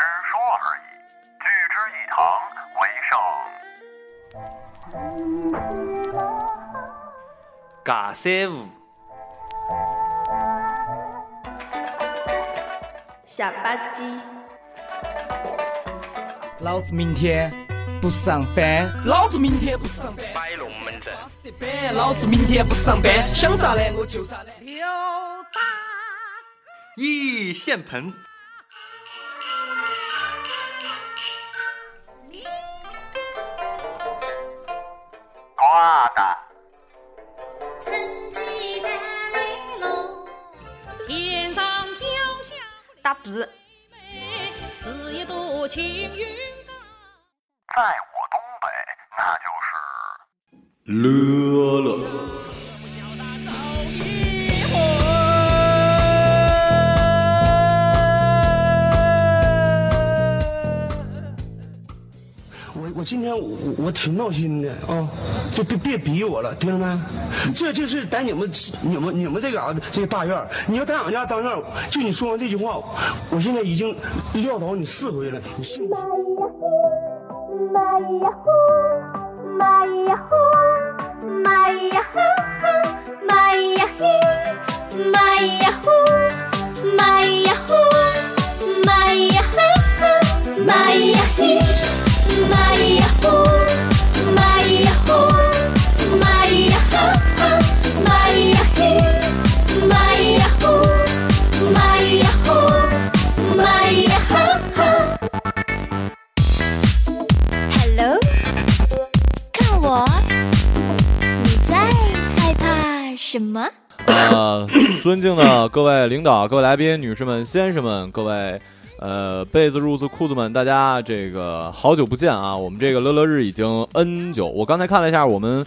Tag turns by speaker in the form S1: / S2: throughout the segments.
S1: 而已。聚之以堂，为上。
S2: 尬三胡，
S3: 下吧唧，
S4: 老子明天不上班，老子明天不上班，摆龙门阵。老子明天不上班，想咋懒我就咋懒。
S2: 一线盆，
S1: 瓜的。
S5: 天上掉下
S3: 打比，
S5: 来，是一朵青云高。
S1: 在我东北，那就是
S6: 我我今天我我我挺闹心的啊、就别别逼我了，听着没？这就是在你们你们你们这嘎、达这个大院儿你要在俺家当院儿就你说完这句话，我现在已经撂倒你四回了，你信不信？
S7: 妈呀呼，妈呀呼，妈呀哈哈，妈呀嘿，妈呀呼，妈呀呼，妈呀哈哈，妈呀嘿，妈呀呼，妈呀呼，妈呀哈哈，妈呀嘿，妈呀呼，妈呀呼，妈呀哈哈。Hello，看我，你在害怕什么？
S8: 啊，尊敬的各位领导、各位来宾、女士们、先生们、各位呃被子、褥子、裤子们，大家这个好久不见啊！我们这个乐乐日已经 N 久，我刚才看了一下我们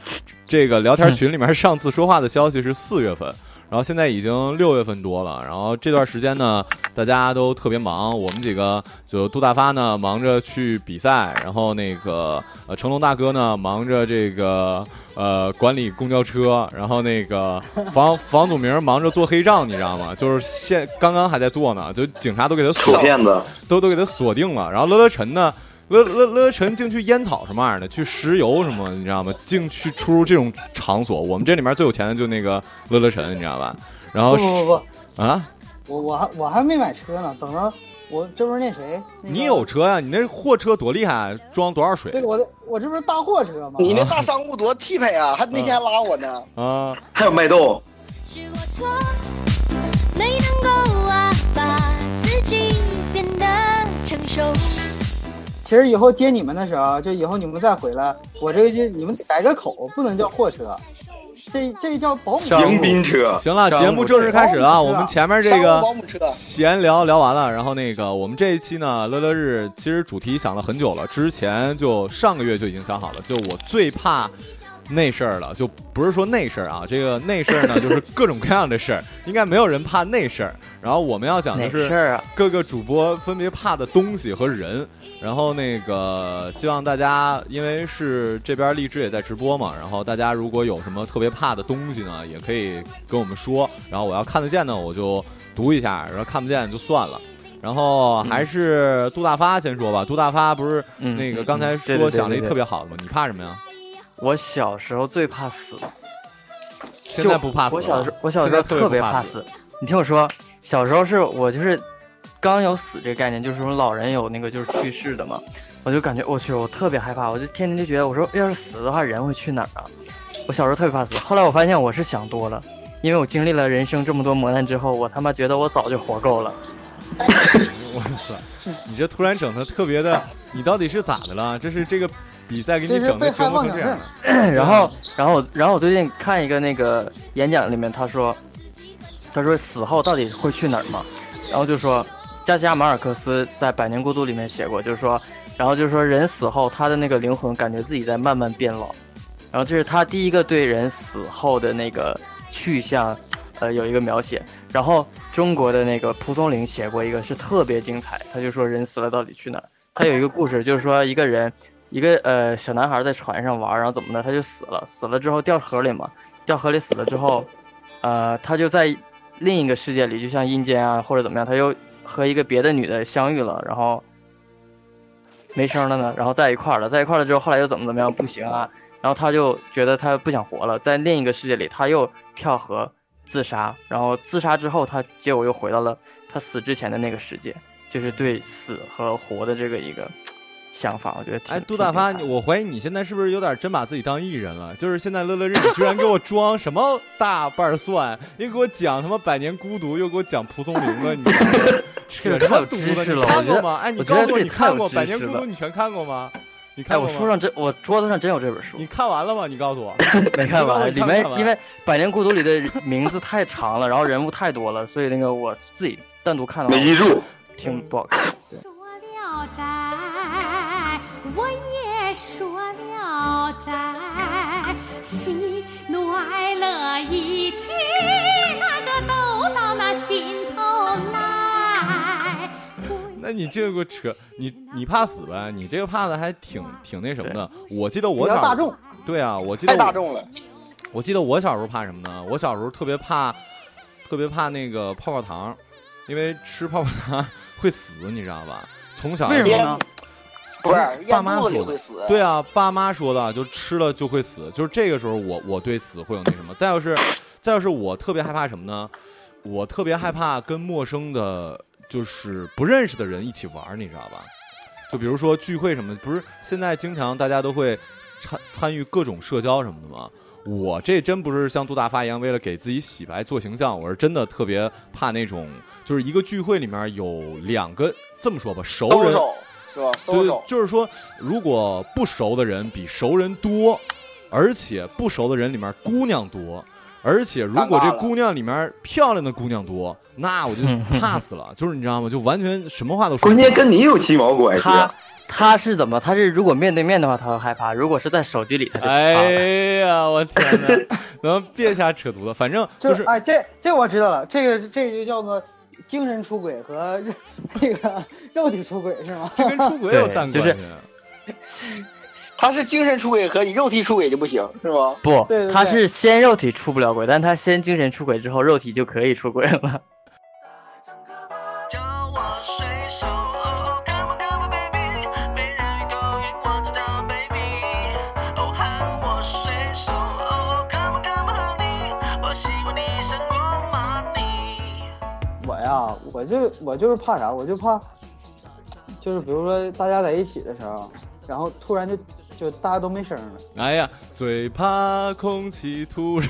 S8: 这个聊天群里面上次说话的消息是四月份，然后现在已经六月份多了，然后这段时间呢。大家都特别忙，我们几个就杜大发呢忙着去比赛，然后那个呃成龙大哥呢忙着这个呃管理公交车，然后那个房房祖名忙着做黑账，你知道吗？就是现刚刚还在做呢，就警察都给他锁骗子，都都给他锁定了。然后乐乐晨呢，乐乐乐晨净去烟草什么玩意儿的，去石油什么，你知道吗？净去出入这种场所。我们这里面最有钱的就那个乐乐晨，你知道吧？然后
S2: 哎
S9: 不不不
S8: 啊，
S9: 不，我我还我还没买车呢，等着我这不是那谁，那个
S8: 你有车呀、你那货车多厉害，啊装多少水
S9: 对我的我这不是大货车吗？
S10: 你那大商务多气派啊！还那天还拉我呢，
S8: 啊？
S10: 还有脉动，
S7: 是我错，没能够啊，把自己变得成熟。
S9: 其实以后接你们的时候，就以后你们再回来，我这个就你们得改个口，不能叫货车，这这叫保姆车。
S10: 迎宾车，
S8: 行了，
S2: 商务
S8: 节目正式开始了。啊
S9: 车
S8: 我们前面这
S10: 商务
S8: 个
S10: 保姆车，
S8: 闲聊聊完了，然后那个我们这一期呢，乐乐日其实主题想了很久了，之前就上个月就已经想好了，就我最怕那事儿了，就不是说那事儿啊，这个那事儿呢，就是各种各样的事儿，应该没有人怕那事儿。然后我们要讲的是
S2: 儿啊？
S8: 各个主播分别怕的东西和人，然后那个希望大家，因为是这边荔枝也在直播嘛，然后大家如果有什么特别怕的东西呢，也可以跟我们说，然后我要看得见呢，我就读一下，然后看不见就算了。然后还是杜大发先说吧，杜大发不是
S2: 嗯
S8: 那个刚才
S2: 对对
S8: 说
S2: 对
S8: 想了一
S2: 对
S8: 特别好的吗？你怕什么呀？
S2: 我小时候最怕死，
S8: 现在不怕死了。
S2: 我小时候我小时候
S8: 现在特
S2: 特别
S8: 别不怕
S2: 怕
S8: 死
S2: 死。你听我说，小时候是我就是刚有死这个概念，就是说老人有那个就是去世的嘛，我就感觉我去，我特别害怕，我就天天就觉得我说要是死的话，人会去哪儿啊？我小时候特别怕死，后来我发现我是想多了，因为我经历了人生这么多磨难之后，我他妈觉得我早就活够了。
S8: 我操，你这突然整的特别的，你到底是咋的了？这是这个比赛给你
S9: 这是
S8: 整的
S9: 被害
S8: 折磨
S9: 妄
S8: 成
S9: 想
S8: 这样
S9: 症。，
S2: 然后，然后，然后我最近看一个那个演讲里面，他说，他说死后到底会去哪儿嘛？然后就说，加西亚马尔克斯在《百年孤独》里面写过，就是说，然后就是说人死后，他的那个灵魂感觉自己在慢慢变老，然后这是他第一个对人死后的那个去向，呃，有一个描写。然后中国的那个蒲松龄写过一个，是特别精彩，他就说人死了到底去哪儿？他有一个故事，就是说一个人。一个呃小男孩在船上玩儿，然后怎么的，他就死了。死了之后掉河里嘛，掉河里死了之后，呃，他就在另一个世界里，就像阴间啊或者怎么样，他又和一个别的女的相遇了，然后没声了呢？然后在一块儿了，在一块儿了之后，后来又怎么怎么样不行啊？然后他就觉得他不想活了，在另一个世界里，他又跳河自杀，然后自杀之后，他结果又回到了他死之前的那个世界，就是对死和活的这个一个想法，我觉得挺。
S8: 哎，杜
S2: 挺
S8: 大
S2: 精
S8: 发，
S2: 彩
S8: 你我怀疑你现在是不是有点真把自己当艺人了？ 就是现在乐乐日，你居然给我装什么大瓣蒜，又给我讲他妈百年孤独，又给我讲蒲松龄了，你
S2: 这
S8: 扯
S2: 个
S8: 什
S2: 太
S8: 么
S2: 有
S8: 犊
S2: 知
S8: 子？
S2: 识
S8: 你
S2: 了，我
S8: 看
S2: 觉
S8: 过
S2: 得
S8: 吗？哎，你
S2: 我觉得
S8: 告诉我
S2: 这
S8: 你
S2: 太
S8: 看
S2: 有
S8: 过《百
S2: 知
S8: 年
S2: 识
S8: 孤独》，
S2: 了。
S8: 你全看过吗？你
S2: 哎，
S8: 看过
S2: 我
S8: 吗？
S2: 书上真，我桌子上真有这本书
S8: 你，看完了吗？你告诉我。
S2: 没看完。
S8: 你
S2: 里
S8: 看
S2: 面
S8: 完
S2: 因为《百年孤独》里的名字太长了，然后人物太多了，所以那个我自己单独看的话，
S1: 没记住，
S2: 挺不好看。
S5: 说聊斋，我也说聊斋，喜怒哀乐一起那个都到那心头来。
S8: 那你这个扯，你你怕死呗？你这个怕的还挺挺那什么的。我记得我
S9: 比较
S8: 小
S9: 大众，
S8: 对啊，我记得
S10: 太大
S8: 我
S10: 众了。
S8: 我记得我小时候怕什么呢？我小时候特别怕，特别怕那个泡泡糖，因为吃泡泡糖 会死，你知道吧？从小
S9: 为什么
S10: 别
S9: 呢？
S8: 从，
S10: 不是
S8: 爸
S10: 咽
S8: 妈
S10: 肚子里
S8: 说的
S10: 会死。
S8: 对啊，爸妈说的，就吃了就会死，就是这个时候我我对死会有那什么。再就是，再就是我特别害怕什么呢？我特别害怕跟陌生的，就是不认识的人一起玩儿，你知道吧？就比如说聚会什么的，不是现在经常大家都会参参与各种社交什么的吗？我这真不是像杜大发一样为了给自己洗白做形象，我是真的特别怕那种，就是一个聚会里面有两个这么说吧，熟
S10: 搜
S8: 人
S10: 手是吧？搜
S8: 对
S10: 手，
S8: 就是说，如果不熟的人比熟人多，而且不熟的人里面姑娘多，而且如果
S10: 尴尬
S8: 这
S10: 了
S8: 姑娘里面漂亮的姑娘多，那我就怕死了。就是你知道吗？就完全什么话都说
S1: 关
S8: 不
S1: 键
S8: 出。
S1: 跟你有鸡毛关系啊。
S2: 他他是怎么？他是如果面对面的话，他会害怕；如果是在手机里，他就不怕了。
S8: 哎呀，我天哪！能别瞎扯犊子，反正
S9: 就
S8: 就是
S9: 哎，这这我知道了，这个这就叫做精神出轨和
S2: 嗯
S9: 那个肉体出轨是吗？
S8: 这跟出轨有
S2: 对
S8: 蛋关系。
S2: 就是
S10: 他是精神出轨和你肉体出轨就不行是吧？
S2: 不，
S9: 对对
S2: 他
S9: 对
S2: 是先肉体出不了轨，但他先精神出轨之后，肉体就可以出轨 了。
S1: 叫我水手哦 come on come on baby，没人勾引我就叫 baby，哦喊我水手哦 come on come on honey，我喜欢你胜过 money。
S9: 我呀，我就我就是怕啥，我就怕，就是比如说大家在一起的时候，然后突然就就大家都没声了，
S8: 哎呀，最怕空气突然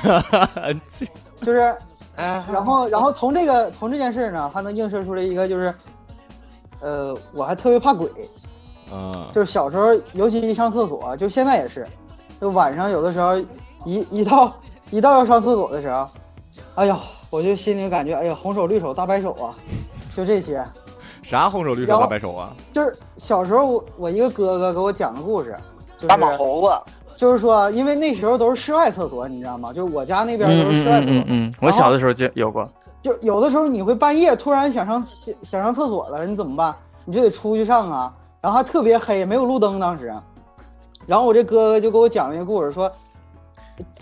S8: 安静。
S9: 就是
S10: 哎，
S9: 然后然后从这个从这件事呢，还能映射出来一个就是，呃，我还特别怕鬼，
S8: 啊，
S9: 就是小时候，尤其一上厕所，就现在也是，就晚上有的时候一一到一到要上厕所的时候，哎呀，我就心里感觉哎呀，红手绿手大白手啊，就这些。
S8: 啥红手绿
S9: 然
S8: 手
S9: 后
S8: 大白手啊？
S9: 就是小时候我我一个哥哥给我讲个故事，就是
S10: 大马猴子，
S9: 就是说，因为那时候都是室外厕所，你知道吗？就是我家那边
S2: 嗯
S9: 都是
S2: 嗯
S9: 哦室外
S2: 嗯
S9: 厕所，
S2: 嗯嗯，我小的时候就有过。
S9: 就有的时候你会半夜突然想上想上厕所了，你怎么办？你就得出去上啊，然后还特别黑，没有路灯当时。然后我这哥哥就给我讲了一个故事，说，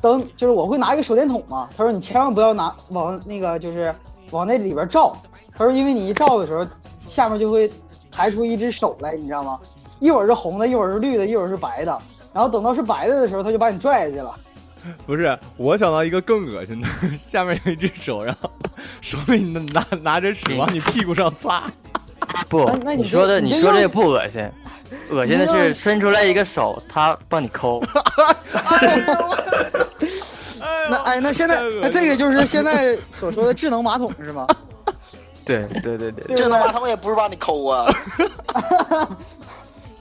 S9: 等就是我会拿一个手电筒嘛，他说你千万不要拿往那个就是往那里边照，他说因为你一照的时候，下面就会抬出一只手来，你知道吗？一会儿是红的，一会儿是绿的，一会儿是白的，然后等到是白的的时候，他就把你拽下去了。
S8: 不是，我想到一个更恶心的， 下面有一只手，然后手里拿拿着屎往你屁股上擦，
S2: 不
S9: 那那，你
S2: 说
S9: 这
S2: 的
S9: 你
S2: 你
S9: 这
S2: 说
S9: 又
S2: 这个不恶 心，恶心的
S9: 你这
S2: 是
S9: 又
S2: 伸出来一个手，他帮你 抠。
S9: 那哎，那现在那这个就是现在所说的智能马桶 是吗？
S2: 对对对对，
S10: 这他妈他们也不是把你抠啊，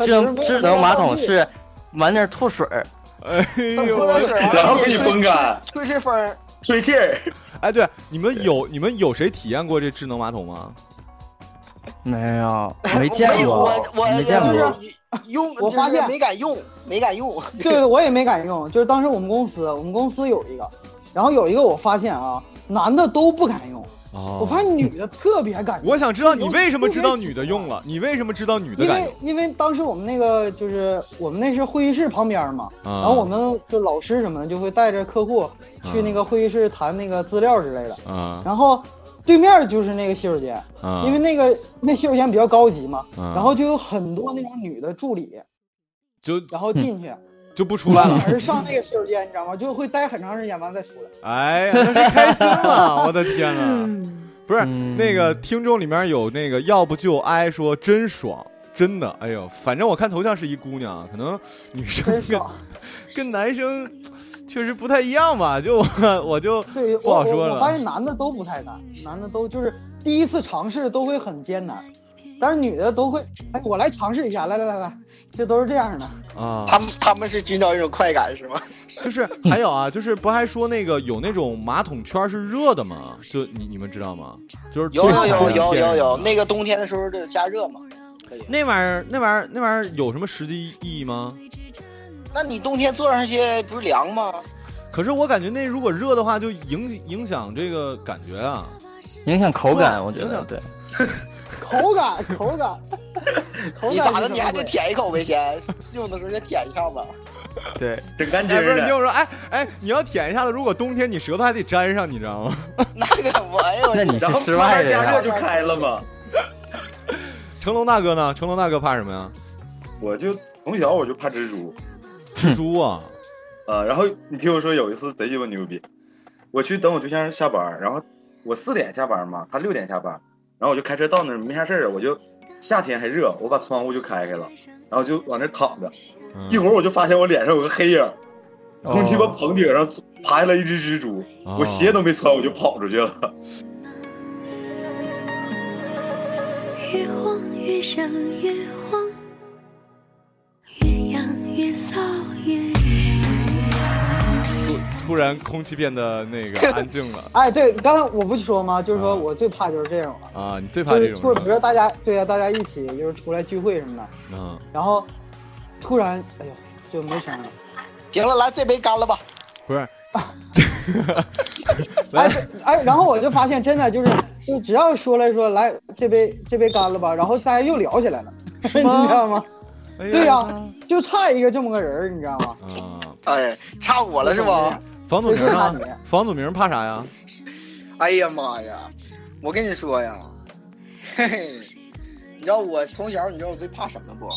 S2: 智能智能马桶是往那儿吐水儿，
S8: 哎呦
S10: 泼点
S8: 我！
S10: 水，
S9: 啊
S1: 然后
S10: 给
S1: 给你风干，
S10: 吹吹风儿，
S1: 吹气儿。
S8: 哎，对，你们有你们有谁体验过这智能马桶吗？
S2: 没有 没见
S10: 没有
S2: 过
S10: 我，我
S2: 没见过。
S10: 用，
S9: 我发
S10: 就是
S9: 现
S10: 没敢用，没敢用，
S9: 对对，我也没敢用。就是当时我们公司，我们公司有一个，然后有一个我发现啊，男的都不敢用，
S8: 哦
S9: 我发现女的特别敢用。
S8: 我想知道你为什么知道女的用了，你为什么知道女的
S9: 啊因
S8: 敢
S9: 为
S8: 用？
S9: 因为当时我们那个就是我们那是会议室旁边嘛，
S8: 啊
S9: 然后我们就老
S8: 嗯
S9: 师什么的就会带着客户去那个会议室谈那个资料之类的，
S8: 啊
S9: 然后对面就是那个洗手间，
S8: 啊
S9: 因为那个那洗手间比较高级嘛，
S8: 嗯
S9: 然后就有很多那种女的助理，
S8: 就
S9: 然后进去，
S8: 就不出来了。
S9: 而上那个洗手间，你知道吗？就会待很长时间，完了再出来。
S8: 哎呀，那是开心了，我的天呐！不是、
S11: 嗯
S2: 嗯
S8: 那个听众里面有那个，要不就哀说真爽，真的，哎呦，反正我看头像是一姑娘，可能 女生
S9: 真
S8: 跟
S9: 爽
S8: 跟男生确实不太一样吧，就 我我就
S9: 对，
S8: 不
S9: 我
S8: 好说
S9: 我我发
S8: 了。
S9: 现男的都不太难，男的都就是第一次尝试都会很艰难，但是女的都会，哎，我来尝试一下，来来来来，就都是这样的。
S8: 啊
S10: 他们他们是寻找一种快感是吗？
S8: 就是还有啊，就是不还说那个有那种马桶圈是热的吗？就你你们知道吗？就是
S10: 有有有有有有，
S8: 那
S10: 那个冬天的时候就加热嘛。
S8: 那玩意儿那玩意儿那玩意儿有什么实际意义吗？
S10: 那你冬天坐上去不是凉吗？
S8: 可是我感觉那如果热的话，就影影响这个感觉啊。
S2: 影响口
S8: 是吧
S2: 感，我觉
S8: 影
S2: 得
S8: 响
S2: 对。
S9: 口感，口 感，口感
S10: 你
S9: 是
S10: 咋的？
S9: 什么
S10: 你还得
S9: 鬼
S10: 舔一口呗，先用的时候先舔一下吧。
S2: 对，
S1: 整干
S8: 哎，
S1: 儿
S8: 不是，你听我说，哎哎，你要舔一下子，如果冬天你舌头还得粘上，你知道吗？
S10: 那个我哎呦，
S2: 那你
S10: 然
S2: 是
S10: 后
S2: 室外的
S1: 加热
S2: 呀？
S1: 就开了嘛。
S8: 成龙大哥呢？成龙大哥怕什么呀？
S1: 我就从小我就怕蜘蛛
S8: 蜘蛛啊！
S1: 啊。然后你听我说，有一次贼鸡巴牛逼，我去等我对象下班，然后我四点下班嘛，他六点下班，然后我就开车到那儿没啥事儿，啊我就夏天还热，我把窗户就开开了，然后就往那儿躺着，
S8: 嗯
S1: 一会儿我就发现我脸上有个黑影，从鸡巴
S2: 哦
S1: 棚顶上爬下来一只蜘蛛，
S8: 哦
S1: 我鞋都没穿我就跑出去了。
S7: 越晃越想越慌，越痒越骚越。
S8: 突突然空气变得那个安静了
S9: 哎，对，刚才我不就说吗？就是
S8: 啊
S9: 说我最怕就是这种了，
S8: 啊！你最怕
S9: 就
S8: 这
S9: 是
S8: 种
S9: 或者比
S8: 是
S9: 如
S8: 吧
S9: 说大家对啊，大家一起就是出来聚会什么的，
S8: 嗯，
S9: 然后突然哎呦就没声了。
S10: 行了，来这杯干了吧。
S8: 不是，
S9: 哎
S8: 来
S9: 对哎，然后我就发现真的就是，就只要说来说来这杯这杯干了吧，然后大家又聊起来了， 你知
S8: 吗
S9: 道吗？
S8: 哎
S9: 对呀、
S8: 呀，
S9: 就差一个这么个人儿，你知道吗？
S8: 嗯，
S10: 哎，差我了是吧？
S8: 房祖名呢
S9: 没事怕？
S8: 房祖名怕啥呀？
S10: 哎呀妈呀！我跟你说呀，嘿嘿，你知道我从小你知道我最怕什么不？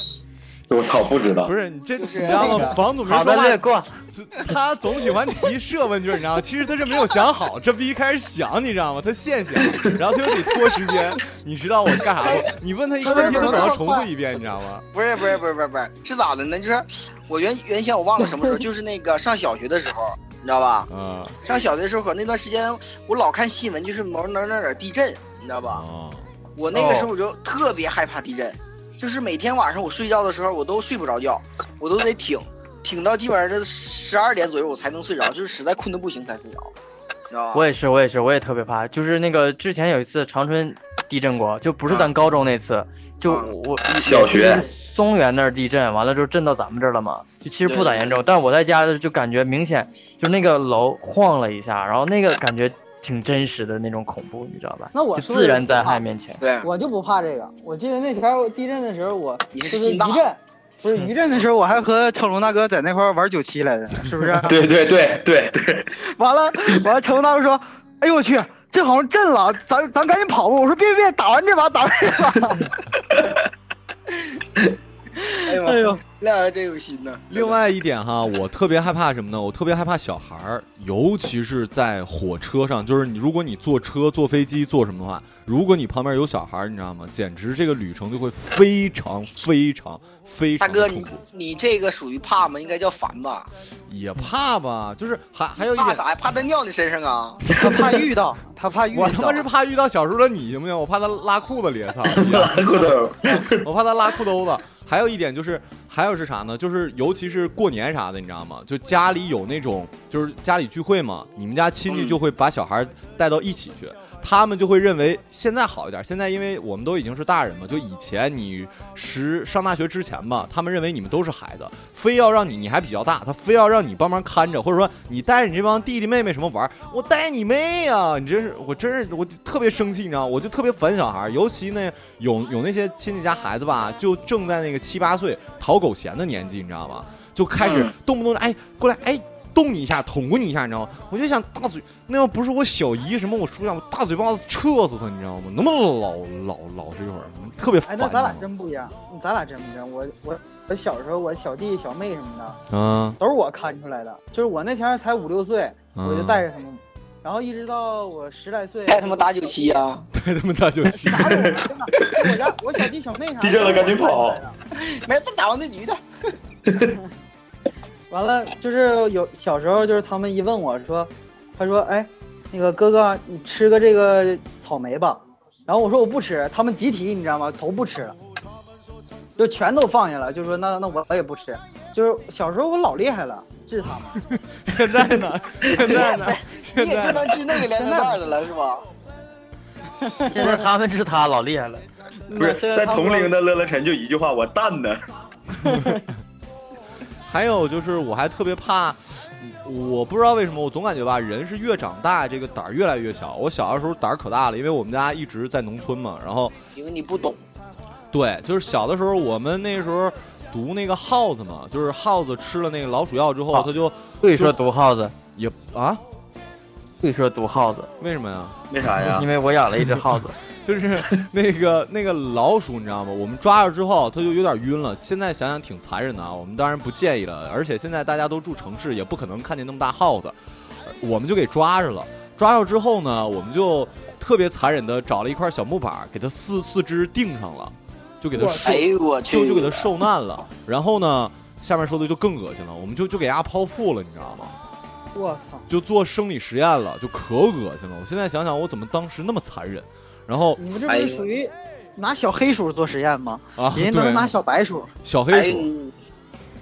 S1: 我操，不
S11: 啊
S1: 知道
S8: 不。是你这，你
S10: 就是
S8: 知道吗？
S10: 那个
S8: 房祖名
S2: 好
S8: 说
S2: 的，
S8: 话
S2: 略过。
S8: 是他总喜欢提设问句，你知道吗？其实他是没有想好，这逼开始想，你知道吗？他现想，然后他又得拖时间。你知道我干啥不？你问他一个问题，他总要重复一遍，你知道吗？
S10: 不是不是不是不是不是，是咋的呢？就是我原原先我忘了什么时候，就是那个上小学的时候，你知道吧？
S8: 啊
S10: 上小学的时候，可那段时间我老看新闻，就是某哪哪哪地震，你知道吧？
S8: 啊
S10: 我那个
S2: 哦
S10: 时候我就特别害怕地震，就是每天晚上我睡觉的时候，我都睡不着觉，我都得挺，挺到基本上这十二点左右我才能睡着，就是实在困得不行才睡着，你知道吧
S2: 我？也是，我也是，我也特别怕。就是那个之前有一次长春地震过，就不是咱高中那次，就
S10: 啊
S2: 我
S1: 小学
S2: 松原那儿地震，完了之后震到咱们这儿了嘛，就其实不咋严重，但我在家就感觉明显，就那个楼晃了一下，然后那个感觉挺真实的那种恐怖，你知道吧？
S9: 那我
S2: 就
S9: 说
S2: 自
S9: 的
S2: 然灾害
S9: 不怕
S2: 面前，
S10: 对，
S9: 我就不怕这个。我记得那前儿地震的时候，我
S10: 你
S9: 就是是
S10: 心
S9: 余
S10: 大，
S9: 震，不是余震的时候，我还和成龙大哥在那块儿玩九七来的，是不是？
S1: 对对对对对，
S9: 完了，完 了，成龙大哥说：“哎呦我去，这好像震了，咱咱赶紧跑吧。”我说：“别别别，打完这把，打完这把。
S10: 哎呦，
S9: 哎呦，
S10: 亮亮真有心呐。
S8: 另外一点哈，我特别害怕什么呢？我特别害怕小孩儿，尤其是在火车上，就是你如果你坐车、坐飞机、坐什么的话，如果你旁边有小孩儿，你知道吗？简直这个旅程就会非常非常非
S10: 大
S8: 常
S10: 哥，
S8: 的
S10: 你
S8: 痛苦。
S10: 你这个属于怕吗？应该叫烦吧？
S8: 也怕吧，就是还还有一
S10: 怕
S8: 点，
S10: 啥呀？怕他尿你身上啊？”
S9: 哎他怕遇到，他怕遇到。
S8: 我他妈是怕遇到小时候的你，行不行？我怕他拉裤子里， 操！
S1: 裤头。
S8: 我怕他拉裤兜子。还有一点就是，还有是啥呢？就是尤其是过年啥的，你知道吗？就家里有那种，就是家里聚会嘛，你们家亲戚就会把小孩带到一起去，他们就会认为现在好一点。现在因为我们都已经是大人嘛，就以前你十上大学之前吧，他们认为你们都是孩子，非要让你你还比较大，他非要让你帮忙看着，或者说你带着你这帮弟弟妹妹什么玩儿，我带你妹呀、你真是，我真是，我就特别生气，你知道吗？我就特别烦小孩儿，尤其那有有那些亲戚家孩子吧，就正在那个七八岁讨狗嫌的年纪，你知道吗？就开始
S10: 嗯
S8: 动不动哎过来哎
S12: 动你一下，捅你一下，你知道吗？我就想大嘴，那要不是我小姨什么，我叔家我大嘴巴子撤死他，你知道吗？能不能老老老实一会儿，特别烦。
S9: 哎，那咱俩真不一样，咱俩真不一样。我我我小时候，我小弟小妹什么的，
S12: 啊
S8: 嗯
S9: 都是我看出来的。就是我那前儿才五六岁，我就
S8: 嗯
S9: 带着他们，然后一直到我十来岁，
S10: 带他们打九七呀！
S8: 带他们打九 七，
S9: 我家我小弟小妹啥，
S11: 地震了赶紧跑。
S10: 没事，再打完这局的。
S9: 完了就是有小时候就是他们一问我说，他说哎，那个哥哥你吃个这个草莓吧，然后我说我不吃，他们集体你知道吗？都不吃了，就全都放下了，就说那那我也不吃，就是小时候我老厉害了，治他们。
S8: 现在呢？现在呢？
S10: 你也就能治那个连根带儿的了，是吧？
S2: 现在他们治他老厉害了，
S11: 不是在同龄的乐乐晨就一句话，我蛋呢。
S8: 还有就是，我还特别怕，嗯我不知道为什么，我总感觉吧，人是越长大，这个胆儿越来越小。我小的时候胆儿可大了，因为我们家一直在农村嘛，然后
S10: 因为你不懂，
S8: 对，就是小的时候，我们那时候毒那个耗子嘛，就是耗子吃了那个老鼠药之后，它就
S2: 所以说毒耗子
S8: 也啊，
S2: 所以说毒耗子，
S8: 为什么呀？
S11: 为啥呀
S2: 因？为我养了一只耗子，
S8: 就是那个那个老鼠，你知道吗？我们抓着之后，它就有点晕了。现在想想挺残忍的啊，我们当然不介意了。而且现在大家都住城市，也不可能看见那么大耗子，呃我们就给抓着了。抓着之后呢，我们就特别残忍的找了一块小木板儿，给它四四肢钉上了，就给它
S10: 哎
S8: 拴。
S10: 呦我去，
S8: 就就给他受难了。然后呢，下面说的就更恶心了，我们就就给他剖腹了，你知道吗？
S9: 我操！
S8: 就做生理实验了，就可恶心了。我现在想想，我怎么当时那么残忍？然后
S9: 你们这不
S10: 哎
S9: 是属于拿小黑鼠做实验吗？
S8: 啊，
S9: 人家都是
S8: 对
S9: 拿小白鼠。
S8: 小
S10: 哎
S8: 黑鼠，
S10: 呦，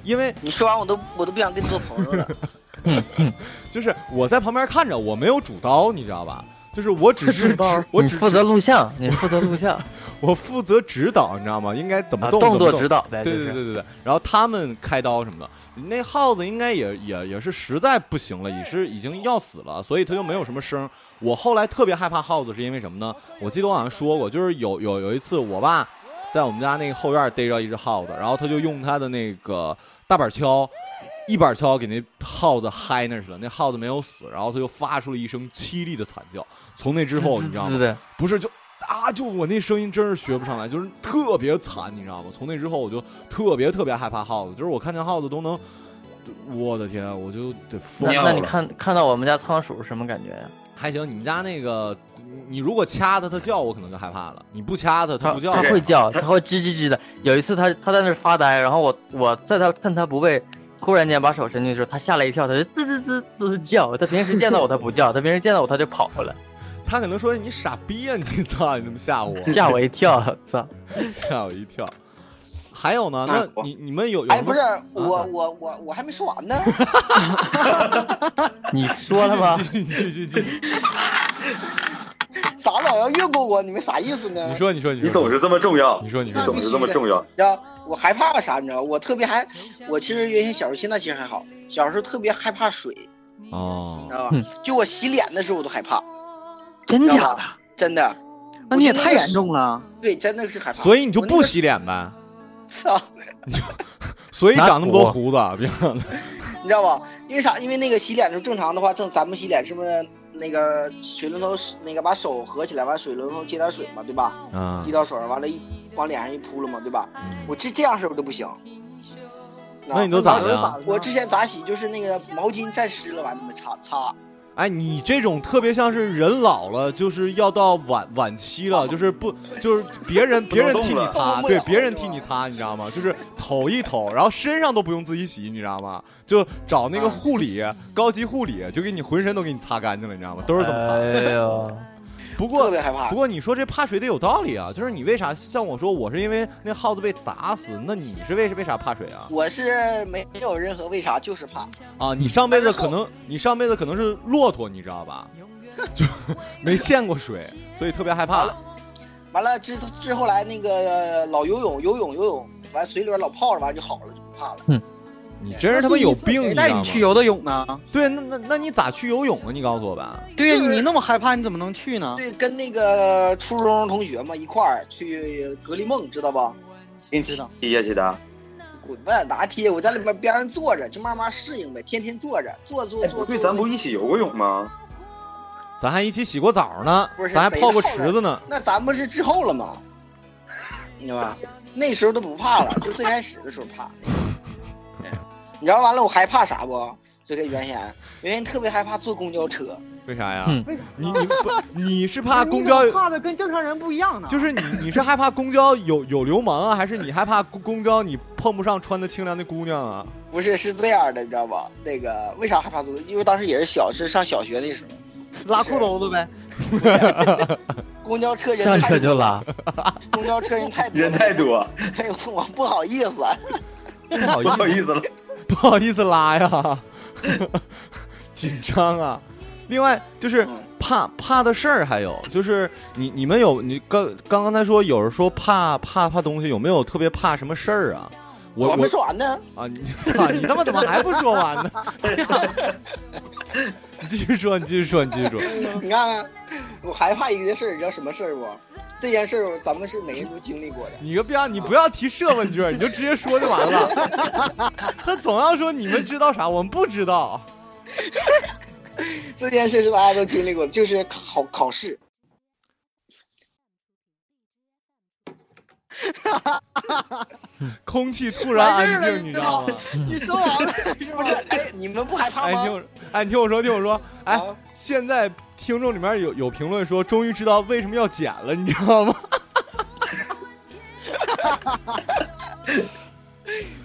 S8: 因为
S10: 你说完我都我都不想跟你做朋友了。
S8: 就是我在旁边看着，我没有主刀，你知道吧？就是我只是
S9: 主刀
S8: 指 我
S2: 你
S8: 只
S2: 负责录像，你负责录像
S8: 我负责指导，你知道吗？应该怎么
S2: 啊，
S8: 动，
S2: 动作
S8: 怎么
S2: 指导呗，就
S8: 对对对
S2: 是。
S8: 对对，然后他们开刀什么的，那耗子应该也也也是实在不行了，也是已经要死了，所以它就没有什么声儿。我后来特别害怕耗子，是因为什么呢？我记得我好像说过，就是有有有一次我爸在我们家那个后院逮着一只耗子，然后他就用他的那个大板锹。一板锹给那耗子嗨那儿去了，那耗子没有死，然后它就发出了一声凄厉的惨叫。从那之后，你知道吗？
S2: 是的，
S8: 不是就啊，就我那声音真是学不上来，就是特别惨，你知道吗？从那之后我就特别特别害怕耗子，就是我看见耗子都能，我的天，我就得疯
S2: 那
S11: 尿
S8: 了。
S2: 那你
S11: 了
S2: 看看到我们家仓鼠是什么感觉呀？
S8: 还行，你们家那个，你如果掐它，它叫我可能就害怕了；你不掐它，它
S2: 它
S8: 不叫
S2: 它
S8: 我。
S2: 会叫，它会吱吱吱的。有一次它它在那儿发呆，然后我我在它趁它不备，突然间把手伸进去的时候，它吓了一跳，它就吱吱吱吱叫。它平时见到我它不叫，它 平时见到我它就跑 过来，
S8: 它可能说你傻逼啊！你操，你这么吓我，
S2: 吓我一跳，操！
S8: 吓我一跳。还有呢，
S10: 啊
S8: 那你你们有有
S10: 哎，
S8: 什
S10: 不
S8: 么
S10: 是？我我我我还没说完呢，
S2: 你说了吗？
S8: 继续继续继续，
S10: 咋老要越过我？你们啥意思呢？
S8: 你说你说你说，
S11: 你总是这么重要，
S8: 你说你
S11: 你
S8: 说
S11: 总是这么重要。
S10: 你知道我害怕啥？你知道我特别害，我其实原先小时候，现在其实还好，小时候特别害怕水，你
S8: 哦
S10: 知，道吧
S2: 嗯？
S10: 就我洗脸的时候我都害怕，
S9: 真
S10: 你知
S9: 假
S10: 道
S9: 的？
S10: 吧？真的，
S9: 那你也太严重了。
S10: 对，真的是害怕。
S8: 所以你就
S10: 我那
S8: 不
S10: 个
S8: 洗脸呗，
S10: 操，
S8: 所以
S2: 拿
S8: 长那么多
S2: 火
S8: 胡子，啊别让
S10: 你知道吧？因为啥？因为那个洗脸的时候，正常的话，正咱们洗脸是不是那个水龙头那个把手合起来，完水龙头接点水嘛，对吧？
S8: 嗯
S10: 滴到手上，完了一往脸上一扑了嘛，对吧？我这这样式儿我都不行。
S8: 那你都咋的
S9: 那
S8: 呀？
S9: 了呢
S10: 我之前咋洗就是那个毛巾沾湿了，完了擦擦，
S8: 哎，你这种特别像是人老了，就是要到晚晚期了，就是不就是别人别人替
S11: 不
S8: 你
S11: 能
S10: 动
S8: 擦，
S10: 了
S8: 对，别人替你擦，你知道吗？就是抖一抖，然后身上都不用自己洗，你知道吗？就找
S10: 啊
S8: 那个护理，高级护理，就给你浑身都给你擦干净了，你知道吗？ 都是这么擦。
S2: 哎 呦，
S8: 不过
S10: 特别害怕
S8: 不。过你说这怕水得有道理啊，就是你为啥像我说我是因为那耗子被打死，那你是为是为啥怕水啊？
S10: 我是没有任何为啥，就是怕。
S8: 啊，
S9: 嗯
S8: 你上辈子可能你上辈子可能是骆驼，你知道 吧？就没见过水，所以特别害怕。
S10: 完了之之后来那个呃老游泳，游泳游泳，完水里边老泡着，完就好了，就不怕了。
S8: 你真是他妈有病，你
S9: 谁
S8: 知
S9: 带
S8: 道
S9: 你
S8: 吗？
S9: 去游的泳呢？
S8: 对，那那那你咋去游泳啊？你告诉我吧。
S9: 对呀，
S10: 就是
S9: 你那么害怕，你怎么能去呢？
S10: 对，跟那个初中同学嘛一块儿去格力梦，知道吧？
S11: 给你
S9: 知道
S11: 踢下去的，
S10: 滚吧，拿铁，我在里面边上坐着，就慢慢适应呗，天天坐着，坐坐
S11: 哎不
S10: 坐。
S11: 对，
S10: 坐
S11: 咱不一起游过泳吗？
S8: 咱还一起洗过澡呢
S10: 不是，
S8: 咱还
S10: 谁
S8: 泡过
S10: 后来
S8: 池子呢。
S10: 那咱不是滞后了吗？ 你知道吧？那时候都不怕了，就最开始的时候怕。对你知道完了我还怕啥不？就跟原先，原先特别害怕坐公交车。
S8: 为啥呀？
S9: 为啥
S8: 你你不你是
S9: 那
S8: 怕
S9: 你
S8: 公
S9: 怎么
S8: 交？
S9: 怕的跟正常人不一样呢。
S8: 就是你你是害怕公交有有流氓啊，还是你害怕公公交你碰不上穿的清凉的姑娘啊？
S10: 不是，是这样的，你知道吧？那个为啥害怕坐？因为当时也是小，是上小学那时候，
S9: 拉裤兜子呗。
S10: 公交车人
S2: 上
S10: 太
S2: 车就拉，
S10: 公交车人太多，
S11: 人太多，
S10: 哎呦，我不好意思。啊
S8: 不好
S11: 不好
S8: 意
S11: 意
S8: 思，
S11: 思了。
S8: 不好意思拉呀， 紧张啊。另外就是怕怕的事儿，还有就是你你们有你刚刚刚才说有人说怕怕怕东西，有没有特别怕什么事儿啊？我
S10: 还没
S8: 我
S10: 说完呢，
S8: 啊，你操你他妈怎么还不说完 呢？你继续说，你继续说，你继续说。
S10: 你看看，我害怕一个事儿，你知道什么事儿不？这件事儿咱们是每个人都经历过的。
S8: 你个逼，你不要提设问句儿，你就直接说就完了。他总要说你们知道啥，我们不知道。
S10: 这件事是大家都经历过的，就是考考试。
S8: 空气突然安静，你知道吗？
S9: 你说完了，
S10: 不是，哎，你们不害怕
S8: 哎，你听
S10: 吗？
S8: 我，哎，你听我说，听我 说，哎，现在听众里面有有评论说，终于知道为什么要剪了，你知道 吗？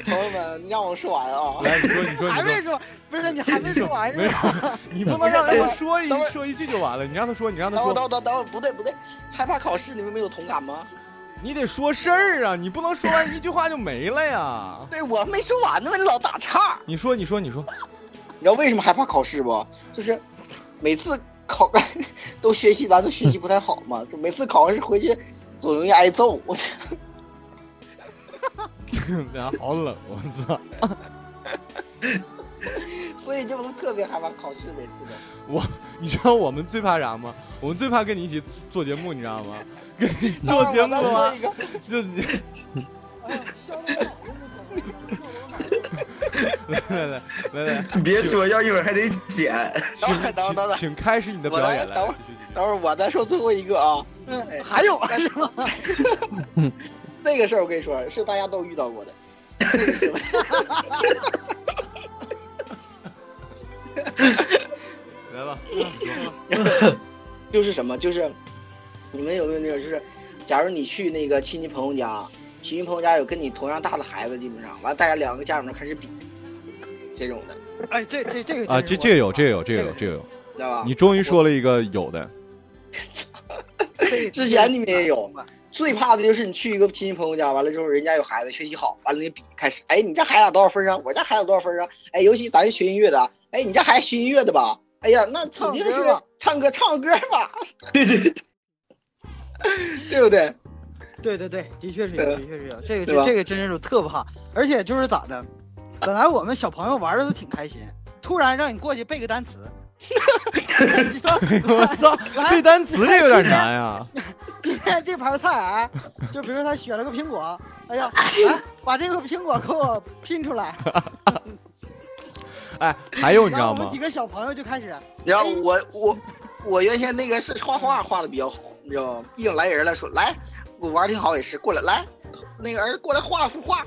S10: 朋友们，你让我说完啊！
S8: 来，你说，你说，
S9: 还
S8: 你
S9: 没
S8: 说。
S9: 说，不是你还没说完
S8: 没
S9: 是
S8: 有
S9: 吧？，
S8: 你不能让他
S10: 等会儿
S8: 说一
S10: 等会儿
S8: 说一句就完了，你让他说，你让他
S10: 等会儿，等
S8: 说，
S10: 会儿，等会儿，不对，不对，害怕考试，你们没有同感吗？
S8: 你得说事儿啊，你不能说完一句话就没了呀。
S10: 对我没说完呢，你老打岔。
S8: 你说，你说，你说，
S10: 你知道为什么害怕考试不？就是每次考 都学习，咱都学习不太好嘛，就每次考完试回去总容易挨揍。 我这
S8: 俩哎好冷，我操！
S10: 所以就特别害怕考试，每次都。
S8: 我，你知道我们最怕啥吗？我们最怕跟你一起做节目，你知道吗？跟你做节目
S10: 那我再
S8: 的
S10: 说
S8: 话
S10: 一，个，
S8: 就哎你来来来来来，
S11: 你别说，要一会儿还得剪。
S8: 请
S10: 等会儿等会儿等会
S8: 请请
S10: 儿
S8: 开始你的表演来，
S10: 我来等会儿
S8: 继续继续
S10: 等会儿我再说最后一个啊。
S9: 嗯还有是吧？
S10: 这个事儿我跟你说，是大家都遇到 过的。这个是
S8: 来吧。
S10: 就是什么？就是你们有没有那种，就是假如你去那个亲戚朋友家，亲戚朋友家有跟你同样大的孩子，基本上完，大家两个家长就开始比这种的，
S9: 哎，这这这个
S8: 啊，这
S9: 真是
S8: 这个有，
S9: 我
S8: 这个有，这个有，这个有。
S10: 知道吧？
S8: 你终于说了一个有的，
S9: 这个啊
S10: 之前你们也有，最怕的就是你去一个亲戚朋友家，完了之后人家有孩子学习好，完了你比开始，哎，你家孩子打多少分啊？我家孩子多少分啊？哎，尤其咱是学音乐的啊，哎，你家孩子学音乐的吧？哎呀，那指定是
S9: 唱歌吧
S10: 唱歌唱歌吧？对对对，对不对？
S9: 对对对，的确是有，
S10: 对
S9: 的确是有，这个
S10: 对吧
S9: 这这个真是我特怕，而且就是咋的，本来我们小朋友玩的都挺开心，突然让你过去背个 单词，你说
S8: 我操，背单词这有点难啊呀、
S9: 今天 这盘菜啊，就比如说他选了个苹果，哎 呀，来把这个苹果给我拼出来，
S8: 哎，还有你知
S9: 然后
S8: 道
S9: 我们
S8: 吗
S9: 几？个小朋友就开始，哎
S10: 然后我我我原先那个是画画画的比较好，你知道吗？一有来人了说来，我玩儿挺好也是，过来来，那个儿过来画幅画，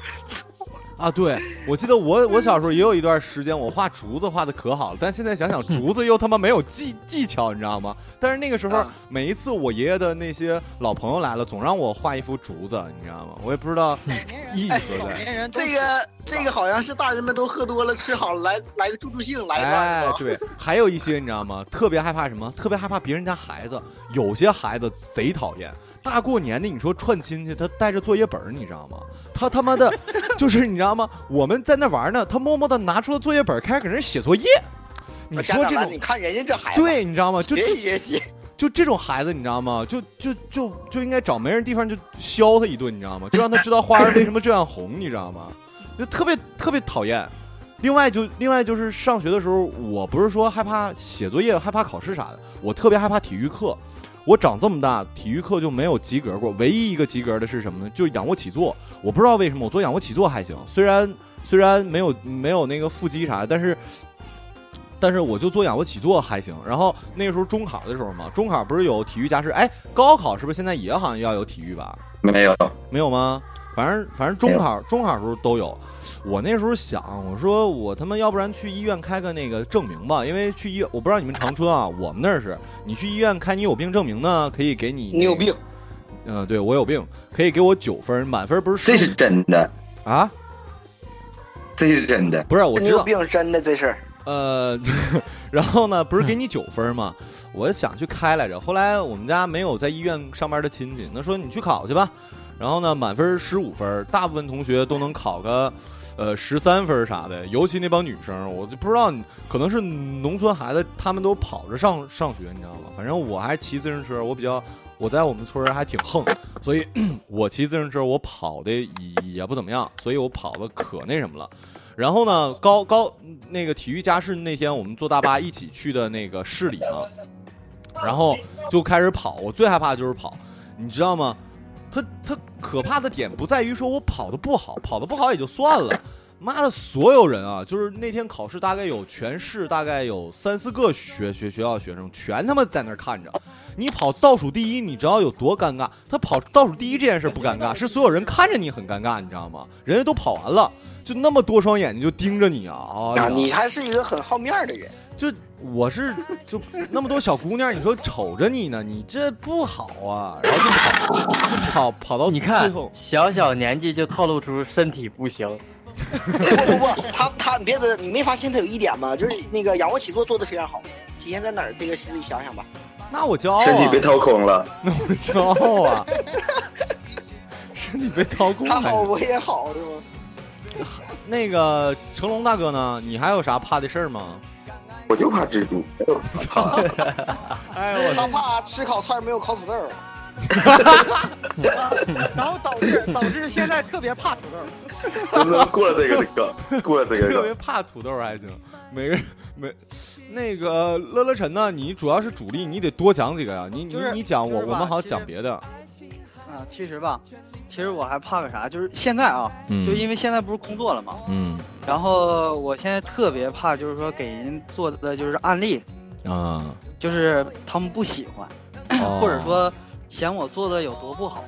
S8: 啊，对，我记得我我小时候也有一段时间，我画竹子画的可好了，但现在想想竹子又他妈没有技技巧，你知道吗？但是那个时候
S10: 嗯，
S8: 每一次我爷爷的那些老朋友来了，总让我画一幅竹子，你知道吗？我也不知道意义何
S9: 老
S8: 在。
S9: 年人都
S10: 这个这个好像是大人们都喝多了吃好了，来来个助助兴，来一段
S8: 哎
S10: 是吧，
S8: 对，还有一些你知道吗？特别害怕什么？特别害怕别人家孩子，有些孩子贼讨厌。大过年的，你说串亲戚，他带着作业本儿，你知道吗？他他妈的，就是你知道吗？我们在那玩呢，他默默的拿出了作业本儿，开始搁那写作业。你
S10: 家
S8: 说
S10: 长
S8: 这
S10: 来
S8: 种
S10: 你，看人家这孩子，
S8: 对，你知道吗？就
S10: 学
S8: 就
S10: 习学习，
S8: 就这种孩子，你知道吗？就就就就应该找没人地方就削他一顿，你知道吗？就让他知道花儿为什么这样红，你知道吗？就特别特别讨厌。另外就另外就是上学的时候，我不是说害怕写作业、害怕考试啥的，我特别害怕体育课。我长这么大体育课就没有及格过，唯一一个及格的是什么呢？就仰卧起坐。我不知道为什么我做仰卧起坐还行，虽然虽然没有没有那个腹肌啥，但是但是我就做仰卧起坐还行。然后那个时候中考的时候嘛，中考不是有体育加试？哎，高考是不是现在也好像要有体育吧？
S11: 没有，
S8: 没有吗？反正反正中考中考时候都有。我那时候想，我说我他妈要不然去医院开个那个证明吧，因为去医我不知道你们长春啊，我们那儿是你去医院开你有病证明呢，可以给你你有病，嗯、对我有病，可以给我九分，满分不是这
S11: 是真的
S8: 啊，
S11: 这是真的，
S8: 不是我
S10: 你
S8: 知
S10: 有
S8: 道
S10: 病真的这事儿。
S8: 呃， 然后呢，不是给你九分吗？我想去开来着，后来我们家没有在医院上班的亲戚，那说你去考去吧。然后呢，满分十五分，大部分同学都能考个呃十三分啥的，尤其那帮女生，我就不知道你，可能是农村孩子，他们都跑着上上学，你知道吗？反正我还骑自行车，我比较我在我们村儿还挺横，所以 我骑自行车我跑的也也不怎么样，所以我跑的可那什么了。然后呢，高高那个体育加试那天，我们坐大巴一起去的那个市里嘛，然后就开始跑。我最害怕就是跑，你知道吗？他他可怕的点不在于说我跑的不好，跑的不好也就算了，妈的，所有人啊，就是那天考试大概有全市大概有三四个学学学校学生，全他妈在那儿看着。你跑倒数第一，你知道有多尴尬？他跑倒数第一这件事不尴尬，是所有人看着你很尴尬，你知道吗？人家都跑完了，就那么多双眼睛就盯着你啊！
S10: 啊，
S8: 哎呀
S10: 你还是一个很好面儿的人。
S8: 就我是就那么多小姑娘，你说瞅着你呢，你这不好啊，然后就跑就跑跑到
S2: 哦你看
S8: 最后，
S2: 小小年纪就透露出身体不行，
S10: 他他，你别的，你没发现他有一点吗？就是那个仰卧起坐做的非常好，体现在哪儿？这个自己想想吧。
S8: 那我骄傲啊，
S11: 身体被掏空了，
S8: 那我骄傲啊， 身体被掏空了。
S10: 他好，我也好，是吗？
S8: 那个成龙大哥呢？你还有啥怕的事儿吗？
S11: 我就怕蜘蛛。
S8: 哎我
S10: 他怕吃烤串儿没有烤土豆儿。啊
S9: 然后导致导致现在特别怕土豆。
S11: 能不能过这个梗？过这个
S8: 特别
S11: 梗？
S8: 怕土豆还行，每个人每那个乐乐晨呢？你主要是主力，你得多讲几个呀。你你
S9: 就是
S8: 你讲
S9: 就
S8: 我，
S9: 是吧
S8: 我们好
S9: 其实
S8: 讲别的。
S9: 啊，其实吧，其实我还怕个啥，就是现在啊，
S8: 嗯
S9: 就因为现在不是工作了嘛，
S8: 嗯
S9: 然后我现在特别怕，就是说给人做的就是案例，
S8: 啊，
S9: 就是他们不喜欢，
S8: 哦
S9: 或者说嫌我做的有多不好。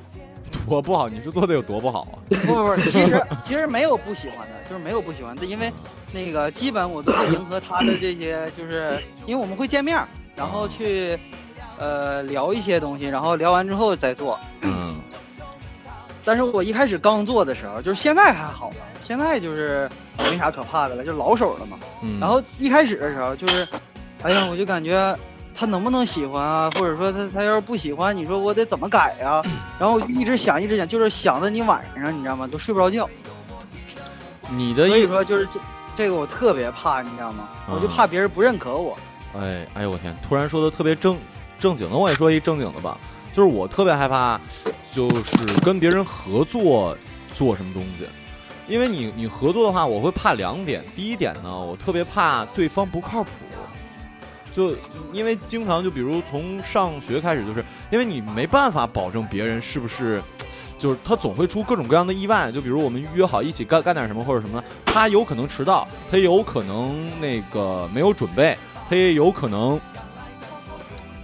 S8: 多不好，你是做的有多不好啊？
S9: 不不不，其实其实没有不喜欢的，就是没有不喜欢的，因为那个基本我都会迎合他的这些，就是因为我们会见面儿，然后去呃聊一些东西，然后聊完之后再做。
S8: 嗯
S9: 但是我一开始刚做的时候，就是现在还好了，现在就是没啥可怕的了，就老手了嘛。
S8: 嗯
S9: 然后一开始的时候就是，哎呀，我就感觉他能不能喜欢啊，或者说他他要是不喜欢，你说我得怎么改呀、然后我就一直想，一直想，就是想的你晚上你知道吗，都睡不着觉。
S8: 你的
S9: 所以
S8: 一
S9: 说就是这这个我特别怕，你知道吗？我就怕别人不认可我。
S8: 哎哎呦我天！突然说的特别正正经的，我也说一正经的吧，就是我特别害怕，就是跟别人合作做什么东西，因为你你合作的话，我会怕两点。第一点呢，我特别怕对方不靠谱，就因为经常就比如从上学开始，就是因为你没办法保证别人是不是。就是他总会出各种各样的意外，就比如我们约好一起干干点什么或者什么，他有可能迟到，他有可能那个没有准备，他也有可能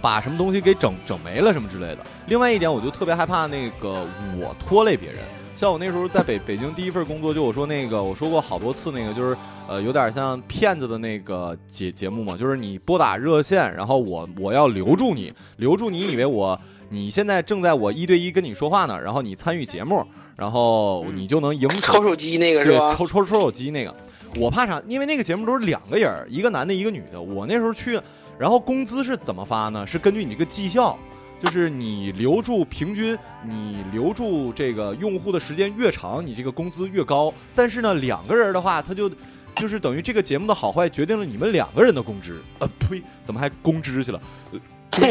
S8: 把什么东西给整整没了什么之类的。另外一点，我就特别害怕那个我拖累别人。像我那时候在北北京第一份工作，就我说那个我说过好多次那个就是呃有点像骗子的那个节节目嘛，就是你拨打热线，然后我我要留住你，留住你以为我你现在正在我一对一跟你说话呢，然后你参与节目，然后你就能赢
S10: 抽手机那个是
S8: 对
S10: 吧
S8: 抽抽抽手机那个，我怕啥？因为那个节目都是两个人儿，一个男的，一个女的。我那时候去，然后工资是怎么发呢？是根据你这个绩效，就是你留住平均，你留住这个用户的时间越长，你这个工资越高。但是呢，两个人的话，他就就是等于这个节目的好坏决定了你们两个人的工资。呃，呸，怎么还工资去了？呃工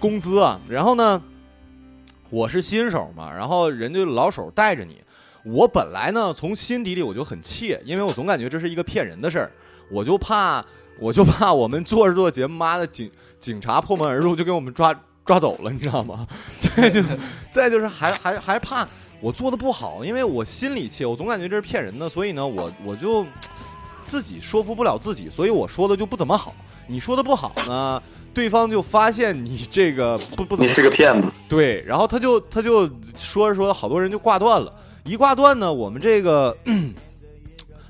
S8: 工资啊。然后呢，我是新手嘛，然后人家老手带着你。我本来呢，从心底里我就很气，因为我总感觉这是一个骗人的事儿，我就怕，我就怕我们做着做着节目，妈的警警察破门而入就给我们抓抓走了，你知道吗？ 再就再就是还还还怕我做的不好，因为我心里气，我总感觉这是骗人的，所以呢，我我就自己说服不了自己，所以我说的就不怎么好。你说的不好呢，对方就发现你这个不不怎么，
S11: 你是个骗子。
S8: 对，然后他就他就说着说着，好多人就挂断了。一挂断呢，我们这个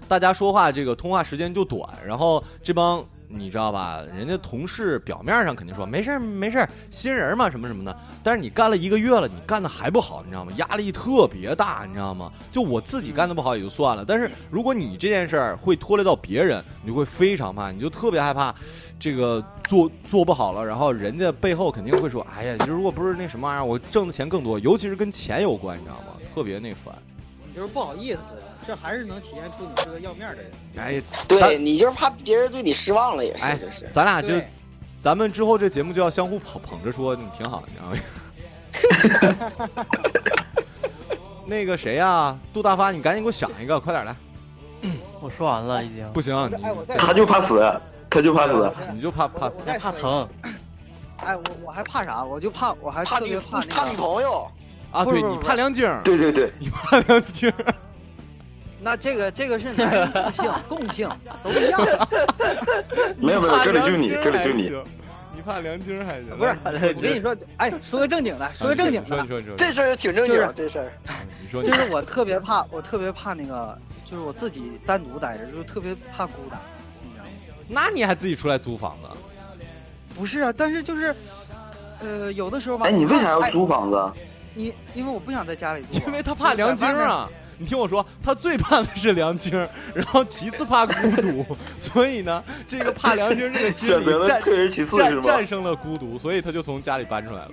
S8: 大家说话这个通话时间就短，然后这帮你知道吧，人家同事表面上肯定说没事儿没事儿，新人嘛什么什么的，但是你干了一个月了，你干的还不好，你知道吗？压力特别大，你知道吗？就我自己干的不好也就算了，但是如果你这件事儿会拖累到别人，你就会非常怕，你就特别害怕这个做做不好了，然后人家背后肯定会说，哎呀，如果不是那什么玩意儿，啊我挣的钱更多，尤其是跟钱有关，你知道吗？特别那烦。
S9: 就是不好意思，这还是能体现出你是个要面的人。
S8: 哎，
S10: 对
S8: 咱
S10: 你就是怕别人对你失望了，也是，
S8: 哎
S10: 这是。
S8: 咱俩就
S10: 对，
S8: 咱们之后这节目就要相互捧捧着说，你挺好，你知道吗？ 那个谁呀、杜大发，你赶紧给我想一个，快点来！
S2: 我说完了已经。
S8: 不行，
S11: 他就怕死，他就怕死。
S8: 你就怕怕死
S9: 哎我再说一个怕疼。哎，我我还怕啥？我就怕，我还特别怕那个
S10: 怕女朋友
S8: 啊！
S9: 不是
S8: 对
S9: 不是
S8: 你
S9: 不是
S8: 怕梁静，
S11: 对对对，
S8: 你怕梁静，
S9: 那这个这个是男人共性，共性都 一样。
S11: 没有没有，这里就你，这里就你。哎
S8: 你怕梁晶还行？
S9: 不是，我跟你说，哎，说个正经的，说个正经
S8: 你
S9: 的，
S8: 说你说你说
S10: 这事儿挺正经，
S9: 就是
S10: 这事儿。
S8: 你说你
S9: 就是我特别怕，我特别怕那个，就是我自己单独待着，就是特别怕孤单，你知道吗？
S8: 那你还自己出来租房子？
S9: 不是啊，但是就是，呃，有的时候吧。
S11: 哎，你为啥要
S9: 哎
S11: 租房子啊？
S9: 你因为我不想在家里住，
S8: 因为他怕梁晶啊。你听我说，他最怕的是梁晶， 然后其次怕孤独， 所以呢，这个怕梁晶这个心
S11: 选择
S8: 理
S11: 了
S8: 战
S11: 退而其次是
S8: 战
S11: 吗
S8: 战胜了孤独，所以他就从家里搬出来了。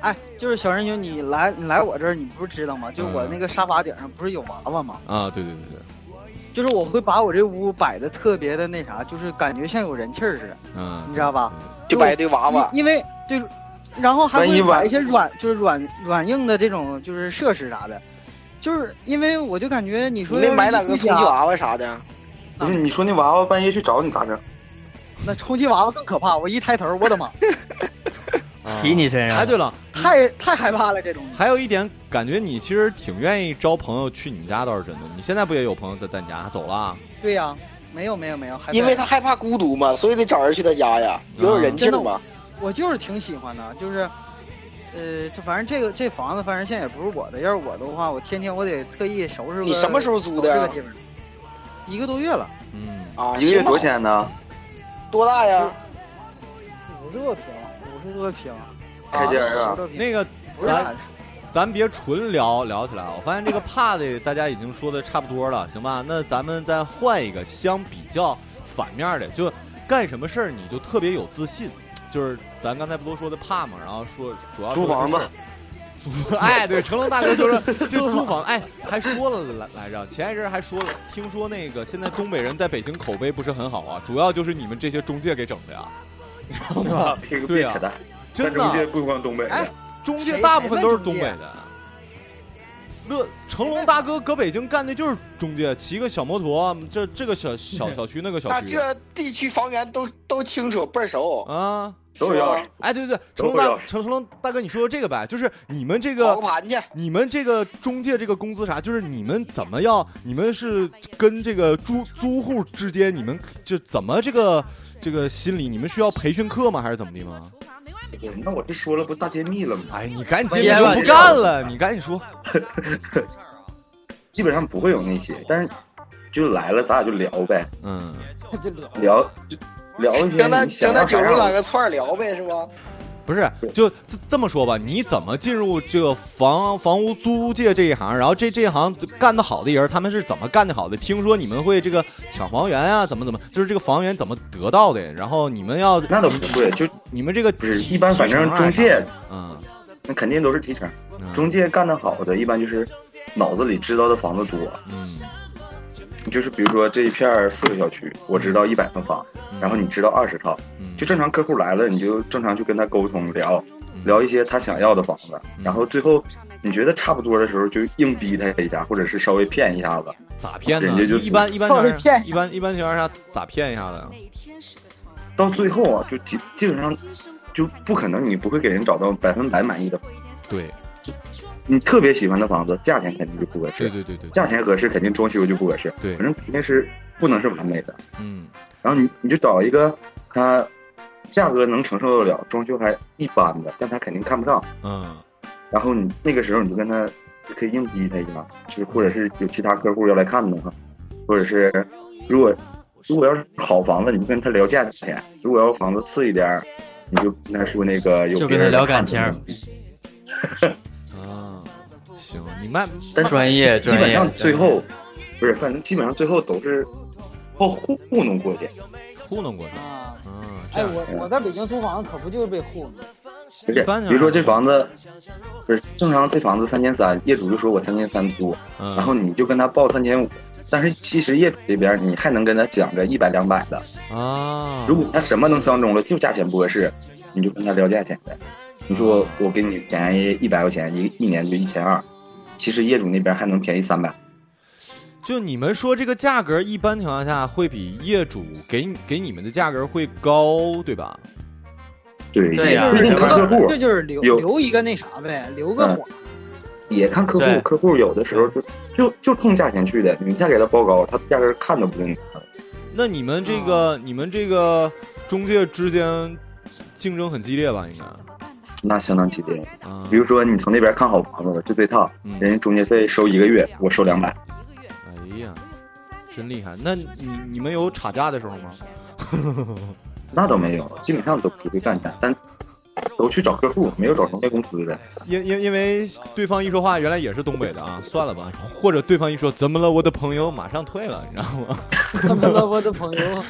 S9: 哎，就是小人兄，你来你来我这儿，你不是知道吗？就我
S8: 嗯
S9: 那个沙发顶上不是有娃娃吗？
S8: 啊，对对对对，
S9: 就是我会把我这屋摆的特别的那啥，就是感觉像有人气儿似的，
S8: 嗯，
S9: 你知道吧？
S10: 就摆一堆娃娃
S9: 因因为对，然后还
S10: 万一
S9: 会
S10: 晚
S9: 摆一些软，就是软软硬的这种就是设施啥的，就是因为我就感觉你
S10: 你
S9: 说
S10: 没买两个
S9: 一
S10: 充
S9: 家
S10: 气娃娃啥的？
S11: 不是，你说那娃娃半夜去找你咋整？
S9: 那充气娃娃更可怕，我一抬头，我的 妈，
S2: 骑你身上
S8: 哎，对了，
S9: 太太害怕了这东西。
S8: 还有一点，感觉你其实挺愿意招朋友去你家，倒是真的。你现在不也有朋友在在你家走了啊？
S9: 对呀、没有没有没有，还在
S10: 因为他害怕孤独嘛，所以得找人去他家
S11: 啊
S10: 呀，有有人气儿嘛。
S9: 我就是挺喜欢的，就是，呃，这反正这个这房子，反正现在也不是我的。要是我的话，我天天我得特意收拾个。
S10: 你什么时候租的呀
S9: 收拾个地方一个多月了，
S8: 嗯
S10: 啊，
S11: 啊一个月
S10: 行吧
S11: 多少？钱呢？
S10: 多大呀？
S9: 五十多平，五十多平，
S11: 开间儿
S9: 啊
S11: 啊？
S8: 那个
S9: 不是啊
S8: 咱咱别纯聊聊起来啊！我发现这个怕的大家已经说的差不多了，行吧？那咱们再换一个相比较反面的，就干什么事儿你就特别有自信，就是咱刚才不都说的怕嘛，然后说主要说
S11: 租房子
S8: 是租哎，对，成龙大哥就说就租房，哎，还说了来来着，前一阵儿还说了，听说那个现在东北人在北京口碑不是很好啊，主要就是你们这些中介给整的呀，你知道吗？
S11: 这个
S8: 对
S11: 别
S8: 啊
S11: 扯淡，
S8: 真
S11: 咱中介
S8: 的，
S11: 不光东北人，
S9: 哎
S8: 中介
S9: 谁
S8: 大部分都是
S9: 谁问
S8: 东
S9: 中
S8: 北
S9: 介
S8: 的。乐成龙大哥搁北京干的就是中介，骑个小摩托，嗯这这个小小小区那个小
S10: 那
S8: 区
S10: 这地区房源都都清楚，倍儿熟。
S8: 啊，
S11: 都有钥匙。
S8: 哎，对对对，成
S11: 都会
S8: 龙大
S11: 要
S8: 成成龙大哥，你说说这个呗，就是你们这
S10: 跑
S8: 个
S10: 个盘去，
S8: 你们这个中介这个工资啥，就是你们怎么样？你们是跟这个租租户之间，你们就怎么这个这个心理？你们需要培训课吗？还是怎么的吗？
S11: 那我这说了不大揭秘了吗？
S8: 哎，你赶紧，
S2: 哎
S8: 你
S2: 呀
S8: 就
S2: 我
S8: 不
S2: 知道
S8: 干了，你赶紧说。
S11: 基本上不会有那些，但是就来了，咱俩就聊呗，
S8: 嗯，
S9: 就聊
S11: 聊就聊一些
S10: 整那
S11: 你想
S10: 整那
S11: 要
S10: 九
S11: 啥
S10: 十两
S11: 样。
S10: 个串儿聊呗，是吧？
S8: 不是，就这这么说吧，你怎么进入这个房房屋租借这一行？然后这这一行干得好的人，他们是怎么干得好的？听说你们会这个抢房源啊，怎么怎么，就是这个房源怎么得到的？然后你们要
S11: 那倒不会，就
S8: 你们这个
S11: 不是一般，反正中介，
S8: 嗯，
S11: 那肯定都是提成。
S8: 嗯
S11: 中介干得好的，一般就是脑子里知道的房子多，
S8: 嗯，
S11: 就是比如说这一片儿四个小区，我知道一百套房，
S8: 嗯
S11: 然后你知道二十套，
S8: 嗯
S11: 就正常客户来了，你就正常去跟他沟通聊，
S8: 嗯
S11: 聊一些他想要的房子，
S8: 嗯
S11: 然后最后你觉得差不多的时候，就硬逼他一下，或者是稍微骗一下子。
S8: 咋骗呢
S11: 人家？就
S8: 一般一般情
S13: 稍微
S8: 况下，
S13: 骗
S8: 一般一般情况下咋骗一下的？
S11: 到最后啊，就基基本上就不可能，你不会给人找到百分百满意的。
S8: 对，
S11: 你特别喜欢的房子，价钱肯定就不合适。
S8: 对对对对，
S11: 价钱合适，肯定装修就不合适。
S8: 对，
S11: 反正肯定是不能是完美的。
S8: 嗯，
S11: 然后你你就找一个它价格能承受得了，装修还一般的，但他肯定看不上。
S8: 嗯，
S11: 然后你那个时候你就跟他就可以硬逼他一把，就是或者是有其他客户要来看的话，或者是如果如果要是好房子，你就跟他聊价钱；如果要房子次一点儿，你就跟他说那个有
S2: 就跟
S11: 别
S2: 他
S11: 人
S2: 聊
S11: 来看
S2: 感
S11: 的
S2: 情儿
S11: 那种
S8: 啊，行，你慢，
S11: 但是
S2: 专业
S11: 基本
S2: 专
S11: 上
S2: 业
S11: 最后不是，反正基本上最后都是后糊糊弄过去。
S8: 糊弄过去。
S11: 嗯，
S9: 哎，我我在北京租房可不就是被糊弄的。
S11: 不是，比如说这房子，不是正常这房子三千三，业主就说我三千三租，
S8: 嗯
S11: 然后你就跟他报三千五，但是其实业主这边你还能跟他讲个一百两百的，
S8: 啊，
S11: 如果他什么能相中了，就价钱不合适，你就跟他聊价钱呗。你说我给你便宜一百块钱，一一年就一千二，其实业主那边还能便宜三百。
S8: 就你们说这个价格，一般情况下会比业主给你给你们的价格会高，对吧？
S11: 对
S8: 对
S11: 也
S8: 呀
S11: 不一定看客户，
S9: 这就是留
S11: 有
S9: 留一个那啥呗，留个
S11: 嗯
S9: 谎。
S11: 也看客户，客户有的时候就就就冲价钱去的，你再给他报高，他压根儿看都不跟你看。
S8: 那你们这
S11: 啊
S8: 个、你们这个中介之间竞争很激烈吧？应该。啊
S11: 那相当激烈。比如说，你从那边看好房子了，就对套，
S2: 嗯
S11: 人家中介费收一个月，我收两百。
S8: 哎呀，真厉害！那你你们有吵架的时候吗？
S11: 那倒没有，基本上都不会干架，但都去找客户，没有找中介公司的。
S8: 因因因为对方一说话，原来也是东北的啊，算了吧。或者对方一说怎么了，我的朋友马上退了，你知道吗？
S9: 怎么了，我的朋友？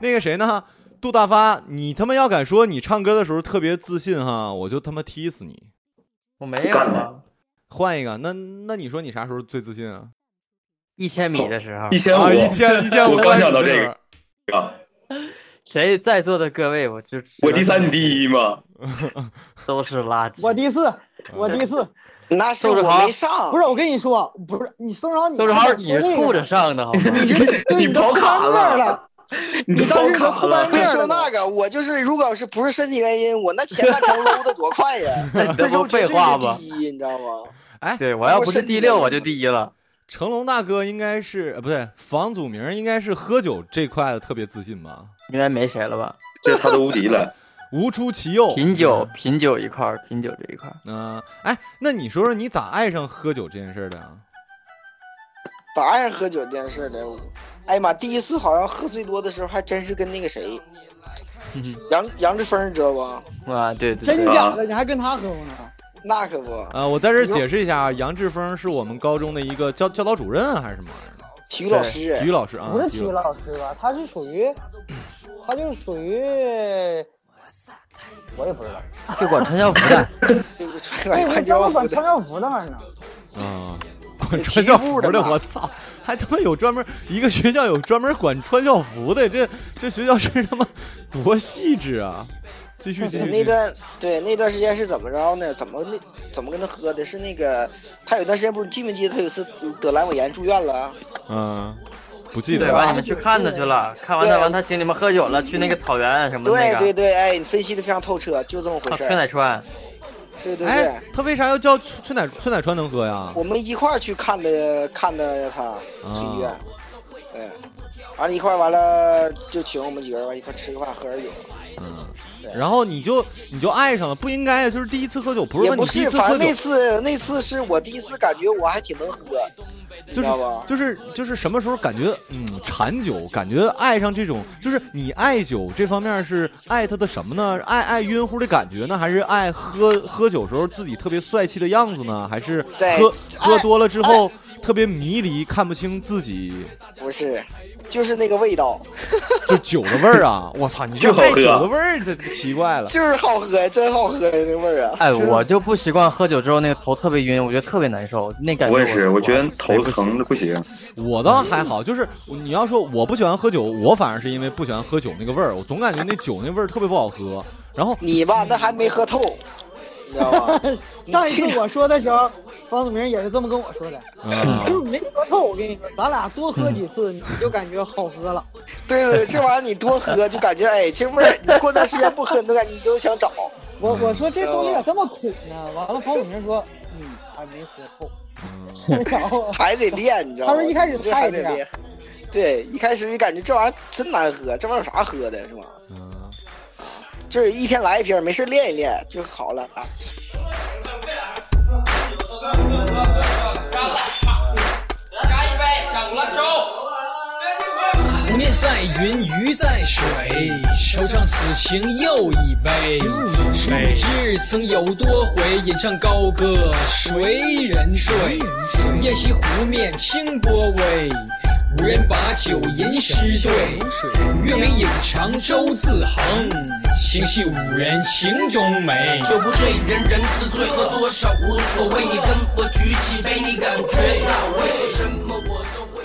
S8: 那个谁呢？杜大发，你他妈要敢说你唱歌的时候特别自信哈，我就他妈踢死你！
S2: 我没有啊，
S8: 换一个，那那你说你啥时候最自信啊？
S2: 一千米的时候，
S8: 一千五啊一千一千五我刚想到这个
S11: 啊，
S2: 谁在座的各位，我就
S11: 我第三，你第一吗？
S2: 都是垃圾。
S9: 我第四，我第四。
S10: 那
S2: 是我没
S10: 上
S9: 不是，我跟你说，不是你宋少，你
S2: 周志豪，你
S9: 说
S2: 是
S9: 这个
S2: 吐着上的，好吗？你！
S9: 对你都
S10: 卡
S9: 出班面了，
S11: 你啊
S9: 当时都出班
S10: 别
S9: 面了
S10: 说那个，我就是如果要是不是身体原因，我那前半程搂的多快呀 这
S2: 这
S10: 就
S2: 不废话吗
S10: 绝对是第一，你知道吗？
S8: 哎，
S2: 对我要不是第六，我就第一了。
S8: 成龙大哥应该是呃不对，房祖名应该是喝酒这块的特别自信吧？
S2: 应该没谁了吧？
S11: 这他都无敌 了，
S8: 无出其右。
S2: 品酒，品酒一块儿，品酒这一块儿。
S8: 嗯、哎，那你说说你咋爱上喝酒这件事儿的啊？
S10: 咋爱喝酒这件事的？我哎呀妈，第一次好像喝最多的时候，还真是跟那个谁，
S8: 嗯
S10: 杨杨志峰，你知道吧？
S2: 啊，对对，
S9: 真假的，你还跟他喝过呢？
S10: 那可不，
S8: 啊，我在这儿解释一下啊，杨志峰是我们高中的一个教教导主任啊还是什么玩意儿？
S10: 体
S9: 育老师
S8: 对体育老师啊，
S9: 不是体育老师吧？他是属于，他就是属于，我也不知道。
S2: 就管穿校服的，
S9: 哎，他专门管穿校服的玩意儿呢。
S8: 啊，管穿校服的，我操！还他妈有专门一个学校有专门管穿校服的，这这学校是他妈多细致啊！继续继续，
S10: 那段对那段时间是怎么着呢？怎么那怎么跟他喝的？是那个他有段时间不是你记没记得他有次得得阑尾炎住院了？啊
S8: 嗯，不记
S2: 对
S8: 得
S2: 吧？你
S8: 了
S2: 们。去看他去了，看完他完，他请你们喝酒了，去那个草原啊什么的那
S10: 对
S2: 个。
S10: 对对，哎，你分析的非常透彻，就这么回
S2: 啊，
S10: 事
S2: 崔乃
S10: 儿。
S2: 川，
S10: 对对对
S8: 哎，，他为啥要叫崔崔乃崔乃川能喝呀？
S10: 我们一块儿去看的看的他去医院
S8: 啊，
S10: 对，完了一块儿完了就请我们几个人完一块儿吃个饭喝点酒，
S8: 嗯，然后你就你就爱上了，不应该呀，就是第一次喝酒，不是
S10: 也
S8: 说你
S10: 不
S8: 第一
S10: 是，
S8: 次
S10: 反
S8: 喝
S10: 正
S8: 酒
S10: 那，次那次是我第一次感觉我还挺能喝，你
S8: 就是
S10: 知道吧？
S8: 就是就是什么时候感觉嗯馋酒，感觉爱上这种，就是你爱酒这方面是爱他的什么呢？爱爱晕乎的感觉呢，还是爱喝喝酒时候自己特别帅气的样子呢？还是
S10: 对
S8: 喝喝多了之后特别迷离，看不清自己
S10: 不是，就是那个味道，
S8: 就酒的味儿啊！我操，你这
S2: 就好
S8: 爱
S2: 喝
S8: 酒的味儿，这这奇怪了。
S10: 就是好喝，真好喝那味儿啊！
S2: 哎，我就不习惯喝酒之后那个头特别晕，我觉得特别难受，那感觉。
S11: 我也是，我觉得头
S2: 不
S11: 疼的不行。
S8: 我倒还好，就是你要说我不喜欢喝酒，我反而是因为不喜欢喝酒那个味儿，我总感觉那酒那味儿特别不好喝。然后
S10: 你吧，那还没喝透，你知道 吗？
S9: 上一次我说的时候，方子明也是这么跟我说的，
S8: 嗯
S9: 就是没喝透。我跟你说，咱俩多喝几次，你就感觉好喝了。
S10: 嗯 对对对，这玩意儿你多喝就感觉哎，这味儿你过段时间不喝，你都感觉你都想找。嗯
S9: 我我说这东西咋这么苦呢？完了，黄晓明说嗯还没喝透， 然后
S10: 嗯 还得练，你知道吗？
S9: 他说一开始
S10: 这还
S9: 菜
S10: 得
S9: 这样
S10: 练，对，一开始就感觉这玩意儿真难喝，这玩意儿有啥喝的，是吗？嗯，就是一天来一瓶，没事练一练就好了啊。
S14: 湖面在云，鱼在水，收场此情又一杯。数日曾有多回，吟唱高歌，谁人醉？夜袭湖面清波微，无人把酒吟诗对。月眉影长舟自横，心系五人情中美。
S15: 酒不醉，人人自醉，喝多少无所谓。你跟我举起杯，你感觉到为什么我都会。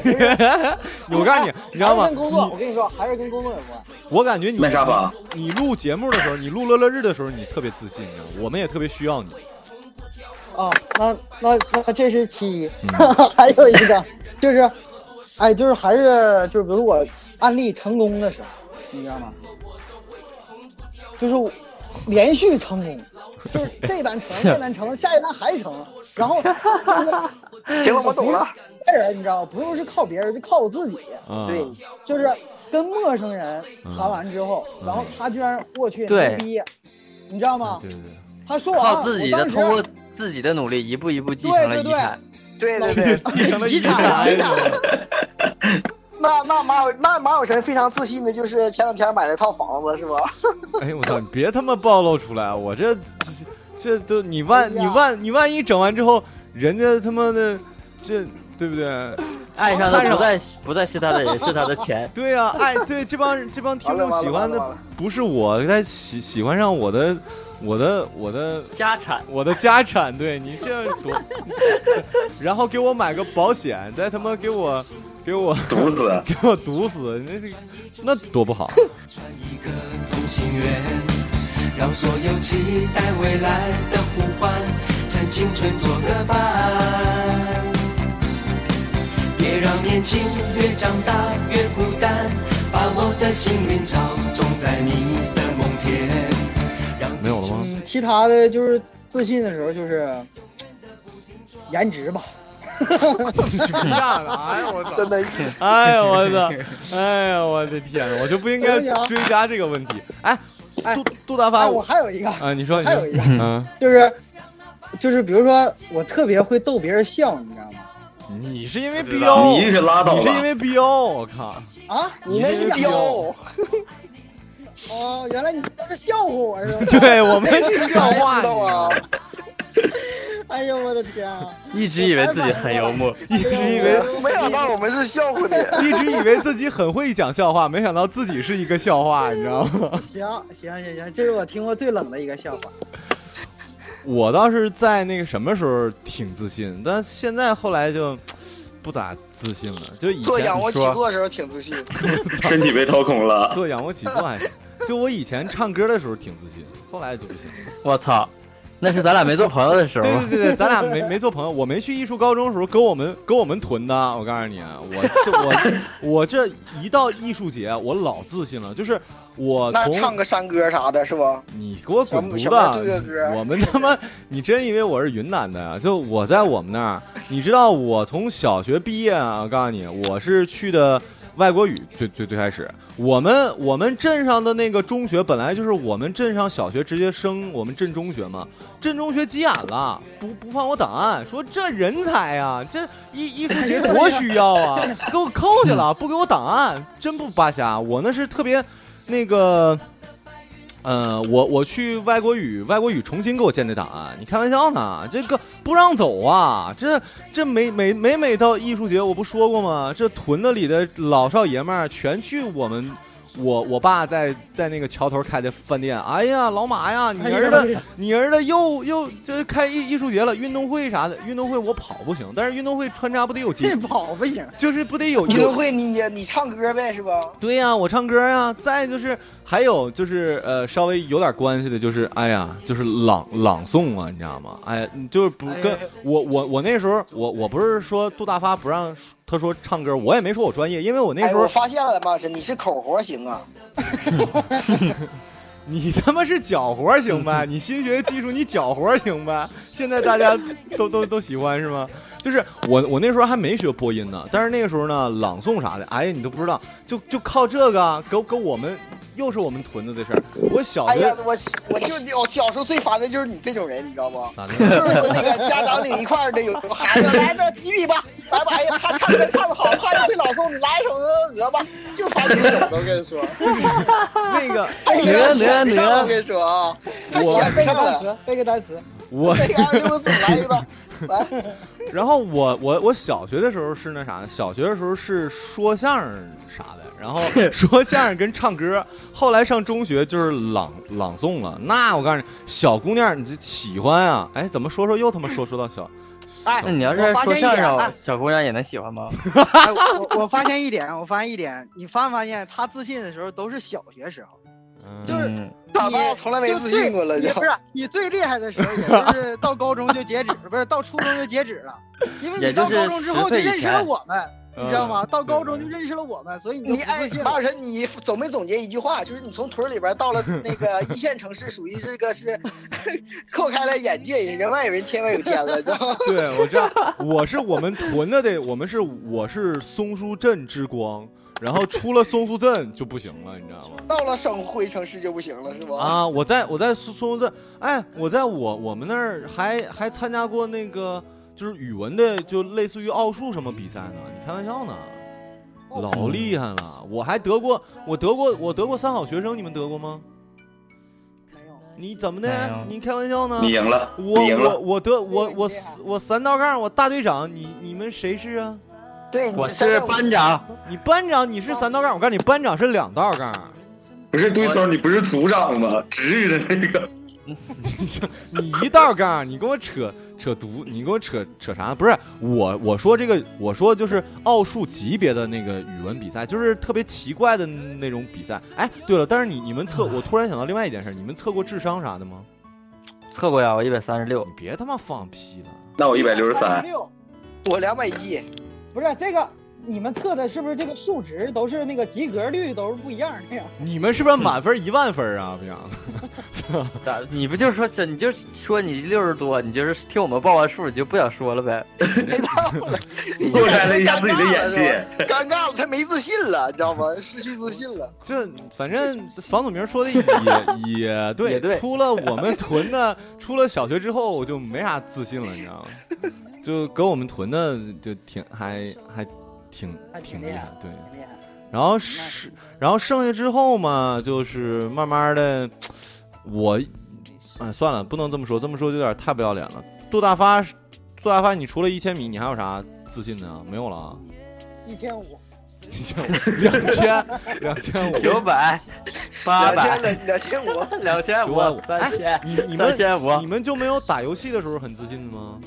S8: 我告诉
S10: 哎
S8: 你，你知道吗？
S9: 哎还是跟工作，我跟你说，还是跟工作有关。
S8: 我感觉你
S11: 卖沙发，
S8: 你录节目的时候，你录乐乐日的时候，你特别自信，你知道吗我们也特别需要你。
S9: 啊，那那那这是其一， 还有一个就是，哎，就是还是就是，比如我案例成功的时候，你知道吗？就是我连续成功，就是这单成，那单成，下一单还成，然后
S10: 行了我懂了。
S9: 别人你知道吗，不用是靠别人，就靠我自己。
S10: 嗯对，
S9: 就是跟陌生人谈完之后，
S2: 嗯
S9: 然后他居然我去
S2: 对
S9: 牛逼，你知道
S10: 哦
S9: 吗？嗯对
S8: 对
S9: 他说完
S2: 靠自己的，
S9: 我当时
S2: 通过自己的努力，一步一步继承了
S9: 对对
S2: 遗产。
S10: 对对对，
S8: 继承了遗
S10: 产，遗产。那那马有那马有神非常自信的，就是前两天买了套房子，是吧？
S8: 哎呦我操，你别他妈暴露出来啊！我这这这都你万你万你万一整完之后，人家他妈的这对不对？
S2: 爱上的
S8: 看。
S2: 不再不再是他的人，是他的钱
S8: 对呀、爱对这帮这帮听众喜欢的不是我，他喜喜欢上我的我的我的
S2: 家产，
S8: 我的家产，对你这多， 然后给我买个保险，再他妈给我给我
S11: 毒死，
S8: 给我毒死，那这那多不好。
S15: 同心圆，让所有期待未来的呼唤，趁青春做个伴。别让年轻越长大越孤单，把我的幸运草种在你的梦田。
S8: 没有了 吗？
S9: 其他的就是自信的时候，就是颜值吧。
S8: 不样了，哎呦我操！
S10: 真 的，
S8: 哎呦我 操！哎呦我的天，我就不应该追加这个问题。哎，杜杜大发，
S9: 哎我还有一个
S8: 啊，你说，你
S9: 还有
S8: 说
S9: 一个，
S8: 嗯，
S9: 就是就是，比如说我特别会逗别人笑，你知道吗？
S8: 你是因为
S11: 知
S8: 彪，
S11: 道你是拉倒吧
S8: 嗯你是因为彪，我靠！
S9: 啊，
S8: 你那是
S9: 彪
S8: 彪。？
S9: 哦，原来你这是笑话我是吧
S8: 对我们是笑话
S9: 你
S8: 你啊
S9: 知道吗？ 哎呦我的天啊！哎
S2: 一直以为自己很幽默，
S8: 一直以为
S10: 没想到我们是笑话的，
S8: 一直以为自己很会讲笑话，没想到自己是一个笑话，你知道吗？
S9: 行行行行，这是我听过最冷的一个笑话。
S8: 我倒是在那个什么时候挺自信，但现在后来就不咋自信了。就以前
S10: 做仰卧起
S8: 说啊
S10: 坐的时候挺自信。
S11: 身体被掏空了。
S8: 做仰卧起坐还行。 就我以前唱歌的时候挺自信，后来就不行了。
S2: 我操，那是咱俩没做朋友的时候。
S8: 对对对，咱俩没没做朋友。我没去艺术高中的时候，跟我们 跟我们屯的。我告诉你，我这我 我这一到艺术节，我老自信了。就是我
S10: 那
S8: 从
S10: 唱个山歌啥的，是不？
S8: 你给我滚犊
S10: 小妹儿对个
S8: 子！啊
S10: 歌
S8: 我们他妈，你真以为我是云南的呀？啊就我在我们那儿，你知道我从小学毕业啊，我告诉你，我是去的外国语最最最开始。我们我们镇上的那个中学本来就是我们镇上小学直接升我们镇中学嘛，镇中学急眼了，不不放我档案，说这人才啊，这艺艺术节多需要啊，给我扣去了，不给我档案，真不扒瞎。我那是特别那个。呃，我我去外国语，外国语重新给我建的档案。你开玩笑呢？这个不让走啊！这这每每每每到艺术节，我不说过吗？这屯子里的老少爷们儿全去我们。我我爸在在那个桥头开的饭店，哎呀老马呀，你儿
S9: 哎
S8: 子
S9: 呀
S8: 你儿子又又这开艺艺术节了，运动会啥的，运动会我跑不行，但是运动会穿插不得有节
S9: 这跑不行，
S8: 就是不得有
S10: 运
S8: 有
S10: 动会你也你唱歌呗，是吧？
S8: 对呀、我唱歌呀、再就是还有就是呃，稍微有点关系的，就是哎呀，就是朗朗诵啊，你知道吗？哎呀，就是不跟我我我那时候，我我不是说杜大发不让他说唱歌，我也没说我专业，因为我那时
S10: 哎、
S8: 候
S10: 我发现了，马老师，你是口活行啊，
S8: 你他妈是搅活儿行吧？你新学技术，你搅活儿行吧？现在大家都都都喜欢是吗？就是我我那时候还没学播音呢，但是那个时候呢，朗诵啥的，哎呀，你都不知道，就就靠这个啊给给我们又是我们屯子的事儿。我小
S10: 哎
S8: 学、
S10: 呀，我我就我小时候最烦的就是你这种人，你知 道吗？
S8: 咋的
S10: 就是 说啊那个家长领一块儿的有有孩子来这比比吧，来吧，哎呀，他唱歌唱得好，他也会朗诵，你来一首鹅鹅吧，就烦你这种，我跟你说，就是
S8: 那 个
S10: 哎
S8: 女
S10: 呀，
S8: 人
S10: 选不
S8: 女人
S10: 上
S8: 女人
S10: 了，我跟你说啊，他
S8: 我
S10: 选
S9: 背
S10: 不
S9: 个
S10: 上
S9: 单
S10: 了，
S9: 词，背个单 词。
S8: 我
S10: 那个二六子来一个，来。
S8: 然后我我我小学的时候是那啥，小学的时候是说相声啥的，然 后说相声跟唱歌。后来上中学就是朗朗诵了。那我告诉你，小姑娘你这喜欢啊？哎，怎么说说又他妈说说到小？
S9: 哎
S2: 那你要是说相
S9: 啊
S2: 声，小姑娘也能喜欢吗？
S15: 哎我我我发现一点，我发现一点，你发没发现他自信的时候都是小学时候，
S8: 嗯
S2: 就是
S10: 长大从来没自信过了
S15: 你
S10: 就
S15: 不是你最厉害的时候，也就是到高中就截止，不是到初中就截止了，因为你
S10: 也就
S15: 到
S10: 是
S15: 高中之后
S10: 10
S15: 就
S10: 岁以
S15: 认识了
S10: 前
S15: 我们，你知道吗？
S8: 呃
S10: 嗯
S15: 到高中就认识了我们，所以你
S10: 你
S15: 就不
S10: 哎
S15: 自信，
S10: 马
S15: 了。
S10: 老师，你总没总结一句话，就是你从屯儿里边到了那个一线城市，属于这个 是 扩开了眼界，也是人外有人，天外有天了，你知道吗？
S8: 对，我知道，我是我们屯子的，我们是我是松树镇之光，然后出了松树镇就不行了，你知道吗？
S10: 到了省会城市就不行了，是吧？
S8: 啊，我在我在松松镇，哎，我在我我们那儿还还参加过那个就是语文的，就类似于奥数什么比赛呢？你开玩笑呢？
S10: 哦
S8: 老厉害了，我还得过，我得过，我得过三好学生，你们得过吗？你怎么的？你开玩笑呢？
S11: 你赢了
S8: 我
S11: 你赢
S8: 我
S11: 了
S8: 我得我我三我三道杠，我大队长，你你们谁是啊？
S10: 对
S2: 我是班长，
S8: 你班长你是三道杠，我告诉你，班长是两道杠。
S11: 不是对手，你不是组长吗？值日的那个，
S8: 你一道杠，你跟我扯扯犊，你跟我扯扯啥？不是我，我说这个，我说就是奥数级别的那个语文比赛，就是特别奇怪的那种比赛。哎，对了，但是你你们测，我突然想到另外一件事，你们测过智商啥的吗？
S2: 测过呀，我一百三十六。
S8: 别他妈放屁了！
S11: 那我一百六十
S9: 三
S2: 哎
S11: 三，
S9: 六，
S10: 我两百一。
S9: 不是这个，你们测的是不是这个数值都是那个及格率都是不一样的呀？
S8: 你们是不是满分一万分啊？不想，
S2: 咋？你不就说小，你就说你六十多，你就是听我们报完数，你就不想说了呗？
S11: 拓展了一下自己的眼界。
S10: 尴尬了，他没自信了，你知道吗？失去自信了。
S8: 这反正房祖名说的也也 对，
S10: 也对
S8: 出了我们屯的， 出了小学之后我就没啥自信了，你知道吗？就给我们屯的就挺还还挺挺厉害，对。然后是，然后剩下之后嘛，就是慢慢的，我，哎，算了，不能这么说，这么说就有点太不要脸了。杜大发，杜大发，你除了一千米，你还有啥自信呢？没有了啊。
S9: 一千五，
S8: 一千五，两千，两千五，
S2: 九百，八百，
S10: 两千五，
S2: 两千
S8: 九百五
S2: 五，，三千
S8: 哎，你你
S2: 三
S8: 们
S2: 千
S11: 啊
S2: 五。
S8: 你们就没有打游戏的时候很自信吗？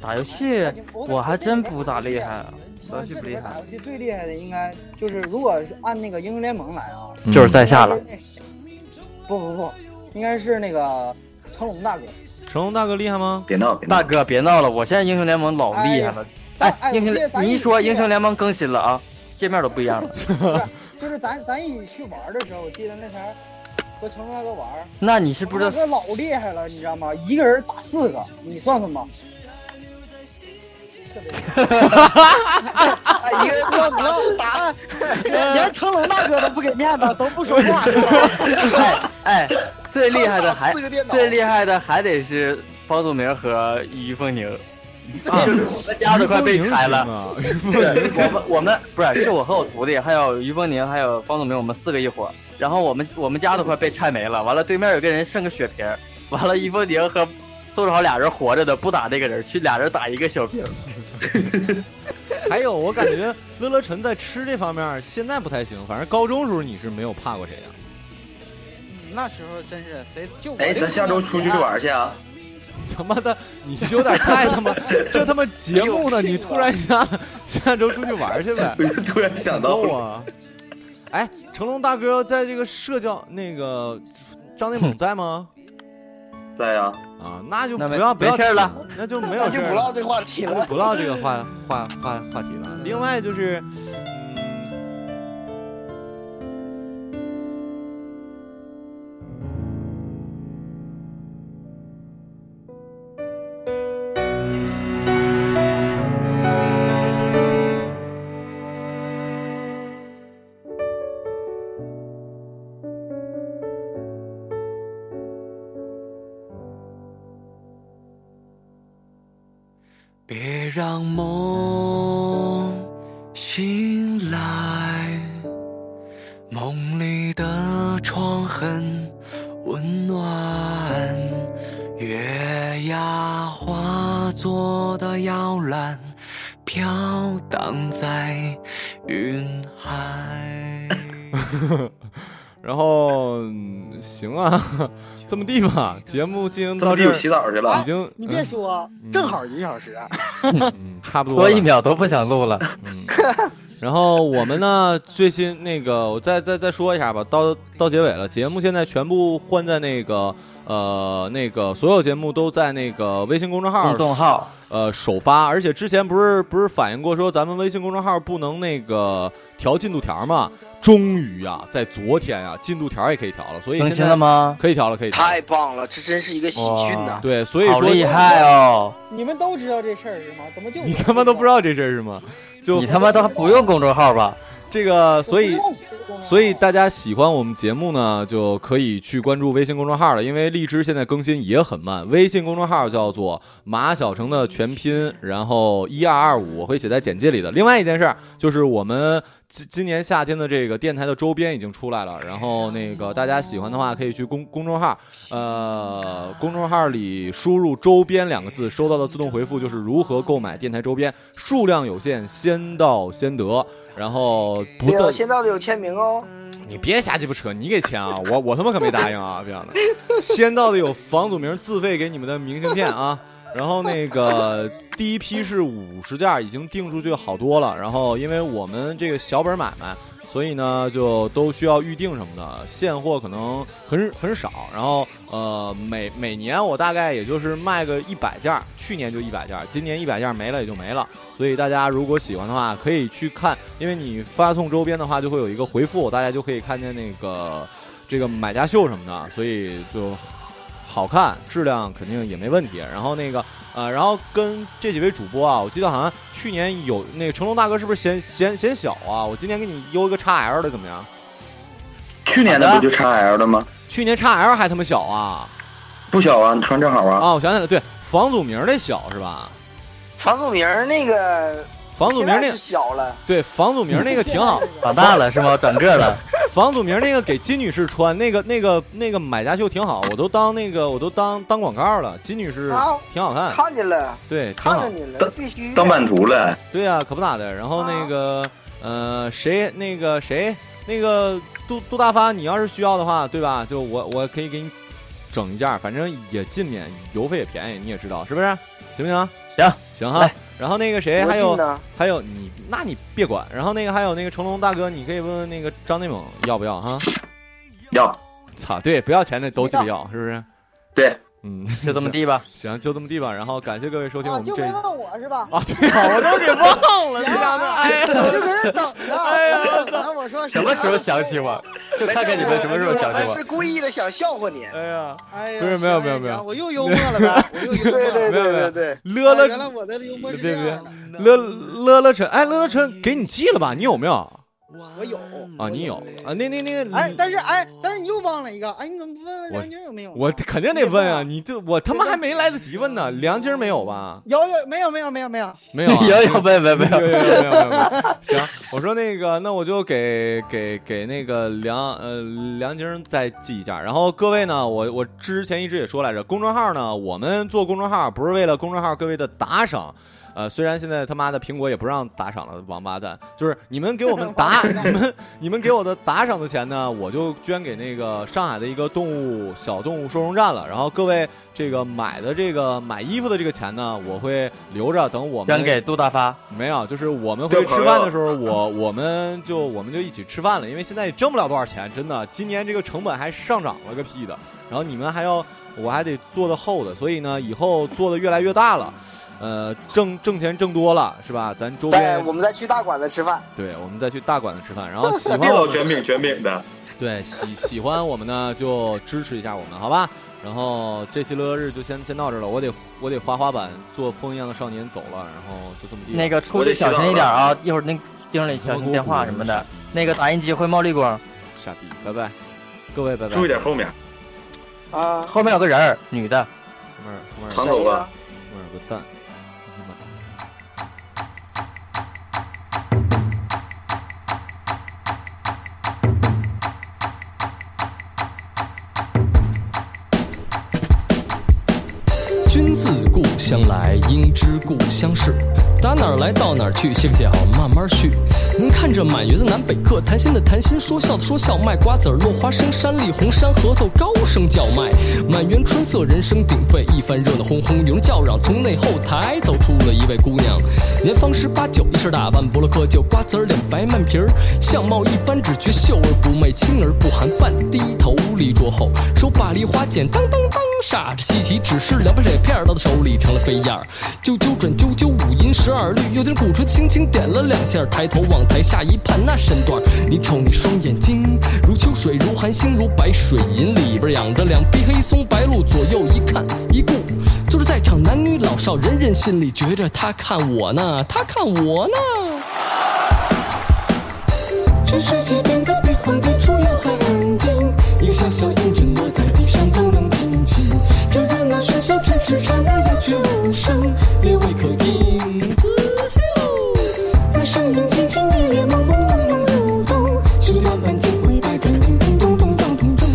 S2: 打游戏我还真不咋厉害啊，打游戏不厉
S9: 打
S2: 害
S9: 游，戏最厉害的应该就是，如果是按那个英雄联盟来啊，
S2: 就是在下了。
S9: 不不不，应该是那个成龙大哥。
S8: 成龙大哥厉害吗？
S11: 别闹，
S2: 大哥别闹了，我现在英雄联盟老厉害了。
S9: 哎
S2: 哎，英雄联，
S9: 咱
S2: 你一说
S9: 咱
S2: 英雄联盟更新了啊，界面都不一样了。
S9: 就是咱咱一起去玩的时候，我记得那前儿和成龙大哥玩儿，
S2: 那你是不知道
S9: 成龙大哥老厉害了，你知道吗？一个人打四个，你算算吧。
S10: 哎一个人打打打，
S9: 连成龙大哥都不给面子，都不说话。
S2: 哎，最厉害的 还
S10: 四个电脑
S2: 最厉害的还得是包祖明和于凤宁，就是我们家都快被拆了。
S8: 于凤
S2: 宁 是吗，我们我们不是是我和我徒弟，还有于凤宁，还有方祖明，我们四个一伙。然后我们我们家都快被拆没了，完了对面有个人剩个血瓶儿，完了于凤宁和宋志豪俩人活着的不打那个人，去俩人打一个小兵儿。
S8: 还有，我感觉乐乐晨在吃这方面现在不太行，反正高中时候你是没有怕过谁啊呀、
S15: 那时候真是谁就我
S8: 哎咱
S15: 这个
S8: 下周
S15: 年
S8: 出去
S15: 代
S8: 玩去啊 他妈的，你这有点太 他妈，这他妈节目呢，你 突然下下周出去玩去呗？
S11: 突然想到
S8: 我，哎，成龙大哥在这个社交那个张内蒙在吗？
S11: 在呀、
S8: 啊。那就
S11: 那
S8: 不
S11: 没
S8: 要不要
S11: 没事儿了
S8: 提那就没有
S11: 那就
S8: 事儿
S11: 不唠这话
S10: 题
S8: 那
S10: 了
S8: 就不唠这个话话话话题了。另外就是，
S15: 别让梦醒
S8: 嗯
S15: 来，梦里的床很温暖，月牙化作的摇篮飘荡在云海。
S8: 然后嗯行啊，这么地吧，节目进行
S11: 这么
S8: 到
S11: 地
S8: 这儿，
S11: 我洗澡去
S2: 啊
S11: 了
S8: 已经
S9: 你别
S8: 嗯
S9: 说，正好一个小时。
S15: 啊
S8: 嗯差不多
S2: 多
S8: 了嗯
S2: 一秒都不想录了。
S8: 然后我们呢，最新那个，我再再再说一下吧，到到结尾了，节目现在全部换在那个呃那个所有节目都在那个微信公众号
S2: 公众号
S8: 呃首发，而且之前不是不是反映过说咱们微信公众号不能那个调进度条嘛，终于啊，在昨天啊，进度条也可以调了，所以
S2: 能
S8: 现
S2: 听
S8: 在
S2: 了吗？
S8: 可以调了，可以调了。
S10: 太棒了，这真是一个喜讯呐！
S8: 对，所以说
S2: 好厉害哦！
S9: 你们都知道这事儿是吗？怎么就
S8: 你他妈都不知道这事儿是吗？就
S2: 你他妈都不用公众号吧？
S8: 这个，所以所以大家喜欢我们节目呢，就可以去关注微信公众号了，因为荔枝现在更新也很慢。微信公众号叫做马小成的全拼，然后一二二五，我会写在简介里的。另外一件事儿就是我们。今今年夏天的这个电台的周边已经出来了，然后那个大家喜欢的话可以去公公众号，呃，公众号里输入“周边”两个字，收到的自动回复就是如何购买电台周边，数量有限，先到先得。然后不
S10: 没有，
S8: 断
S10: 先到的有签名哦。
S8: 你别瞎鸡巴扯，你给钱啊！我我他妈可没答应啊！别样的，先到的有房祖名自费给你们的明信片啊，然后那个第一批是五十件，已经订出去好多了。然后因为我们这个小本买卖，所以呢就都需要预定什么的，现货可能很很少。然后呃每每年我大概也就是卖个一百件儿，去年就一百件儿，今年一百件儿没了也就没了。所以大家如果喜欢的话，可以去看，因为你发送周边的话，就会有一个回复，大家就可以看见那个这个买家秀什么的，所以就好看，质量肯定也没问题。然后那个呃，然后跟这几位主播啊，我记得好像去年有那个成龙大哥是不是嫌嫌嫌小啊？我今年给你邮一个 XL 的怎么样？
S11: 去年的不就 XL 的吗？
S8: 去年 XL 还他妈小啊！
S11: 不小啊，你穿正好啊。
S8: 啊，我想起来了，对，房祖名那小是吧？
S10: 房祖名儿那个，
S8: 房祖名儿那
S10: 现在是小了，，
S8: 对，房祖名那个挺好
S10: 长大
S2: 了是吗？长个了。
S8: 房祖名那个给金女士穿，那个那个那个买家秀挺好，我都当那个我都当当广告了。金女士
S10: 啊
S8: 挺好看，
S10: 看见了，
S8: 对，嗯挺
S10: 看
S8: 好
S10: 着。你了，必须的
S11: 当版图了。
S8: 对啊，可不咋的。然后那个呃，谁那个谁那个杜杜大发，你要是需要的话，对吧？就我我可以给你整一件儿，反正也近免，邮费也便宜，你也知道是不是？行不行？
S2: 行
S8: 行哈
S2: 来。
S8: 然后那个谁
S2: 多
S8: 哎还有
S2: 近呢
S8: 还有你，那你别管。然后那个还有那个成龙大哥，你可以问问那个张内蒙要不要哈？
S11: 要。
S8: 操，对，不要钱的都鸡巴要，是不是？
S11: 对，
S8: 嗯，
S2: 就这么地吧。
S8: 行，就这么地吧。然后感谢各位收听我
S9: 啊，
S8: 们
S9: 就
S8: 这
S9: 没
S8: 一。
S9: 问我是吧？
S8: 啊，对啊，我都给忘 了，这样的，哎呀，
S9: 啊
S8: 哎
S9: 我就搁这等着， 我就等着我说
S2: 什么时候想起我？就看看你们什么时候想起
S10: 是故意的想笑话你。
S8: 哎呀，
S9: 哎
S8: 我。
S9: 呀，
S8: 不是，没有没有
S9: 行
S8: 没有，
S9: 我又幽默了呗，我又幽默了啊
S10: 对对
S8: 没有没有
S10: 对对
S8: 对乐乐
S9: 原来我的幽默
S8: 别
S9: 是
S8: 别
S9: 这
S8: 别
S9: 样的，，
S8: 乐乐乐晨，哎，乐乐晨，给你寄了吧？你有没有
S9: 我有。
S8: 啊？你有啊？那那那
S9: 哎，
S8: 个，
S9: 但是哎，但是你又忘了一个，哎，你怎么不问问梁军有没有？
S8: 我肯定得问啊！你这我他妈还没来得及问呢，梁晶没有吧？
S9: 有有没有没有没有没有，
S8: 没有啊，
S2: 有有没有没有没有
S8: 有有有有有。 行，我说那个，那我就给给给那个梁呃梁晶再记一下。然后各位呢，我我之前一直也说来着，公众号呢，我们做公众号不是为了公众号各位的打赏。呃，虽然现在他妈的苹果也不让打赏了，王八蛋，就是你们给我们打 你们你们给我的打赏的钱呢，我就捐给那个上海的一个动物小动物收容站了。然后各位这个买的这个买衣服的这个钱呢，我会留着等我们
S2: 捐给杜大发。
S8: 没有，就是我们回去吃饭的时候，我 我们就我们就一起吃饭了，因为现在也挣不了多少钱，真的，今年这个成本还上涨了个屁的。然后你们还要，我还得做的厚的，所以呢，以后做的越来越大了，呃，挣挣钱挣多了是吧？咱周
S10: 对，
S8: 边
S10: 我们再去大馆子吃饭。
S8: 对，我们再去大馆子吃饭，然后喜欢
S11: 别
S8: 我
S11: 老
S8: 们
S11: 卷饼卷饼的，
S8: 对喜喜欢我们呢就支持一下我们，好吧？然后这期乐日就先先到这儿了，我得我得滑滑板做风一样的少年走了，然后就这么地了。
S2: 那个出去小心一点啊，一会儿那经理小
S8: 小
S2: 心电话什么的，那个打印机会冒绿光。
S8: 傻逼，拜拜，各位拜拜。
S11: 注意点后面。
S10: 啊，
S2: 后面有个人儿，女的。
S8: 后面后面
S11: 唐总吧，
S8: 后面有个蛋。
S16: 君自故乡来，应知故乡事。打哪儿来到哪儿去，歇个脚，慢慢续。您看这满园子南北客，谈心的谈心，说笑的说笑，卖瓜子儿落花生，山里红山核桃高声叫卖。满园春色，人声鼎沸，一番热闹哄哄，有人叫嚷。从那后台走出了一位姑娘，年方十八九，一身打扮不落窠臼，瓜子儿脸白慢皮儿，相貌一般，只觉秀而不媚，清而不含半，低头立桌后，手把梨花剪，当当当。傻着稀奇，只是两把铁片儿到他手里成了飞燕儿。啾啾转啾啾，五音十二律，又听鼓槌轻轻点了两下，抬头往台下一盼，那身段儿，你瞅你双眼睛，如秋水，如寒星，如白水银，里边养着两匹黑松白鹿，左右一看一顾。就是在场男女老少，人人心里觉着他看我呢，他看我呢。
S14: 这世界变得比荒地处要还安静，一个小小雁枕落在地上都能听清。这热闹喧嚣只是刹那鸦雀无声，列位可听仔细喽。那声音轻轻烈烈，朦朦胧胧流动，是慢慢间灰白转叮叮咚咚当咚咚，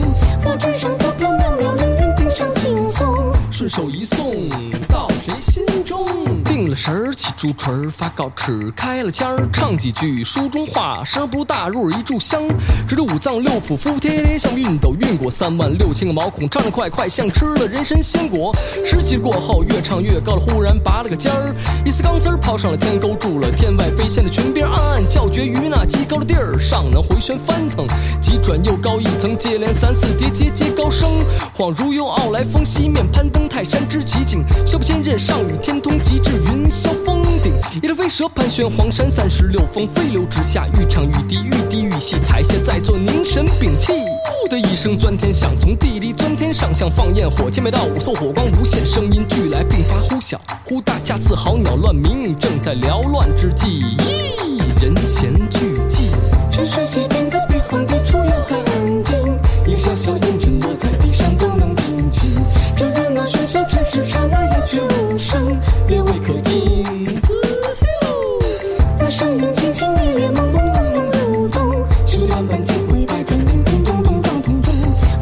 S14: flow 纸上飘飘渺渺，令人顶上轻松。
S16: 顺手一送到谁心中？定了神儿，起朱唇儿，发稿尺开了腔儿，唱几句书中话，声不大，入耳一炷香。直流五脏六腑，服服帖帖，像熨斗熨过三万六千个毛孔，唱得快快，像吃了人参鲜果。十级过后，越唱越高了，忽然拔了个尖儿，一丝钢丝儿抛上了天，勾住了天外飞仙的裙边，暗暗叫绝于那极高的地儿上能回旋翻腾，急转又高一层，接连三四叠，节节高升，恍如由傲来峰西面攀登泰山之奇景，削不千仞，上与天通，极至云霄峰顶，一条飞蛇盘旋黄山三十六峰，飞流直下，愈唱愈低，愈低愈细，台下在座凝神屏气。呼的一声钻天响，从地里钻天上，像放焰火，千百道五色火光无限，声音俱来，并发忽小忽大，恰似好鸟乱鸣，正在缭乱之际，一人闲俱寂。
S14: 这世界变得比荒地处要还安静，一个小小雁枕落在地上都能听清。这热闹喧嚣只是刹那鸦雀无声，列位可听仔细喽。那声音轻轻烈烈，朦朦胧胧流动，是慢慢间灰白转叮叮咚咚当咚咚，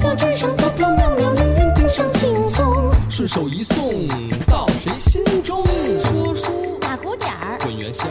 S14: flow 纸上飘飘渺渺，令人顶上轻松。
S16: 顺手一送到谁心中？说书
S14: 打鼓点儿
S16: 滚元宵。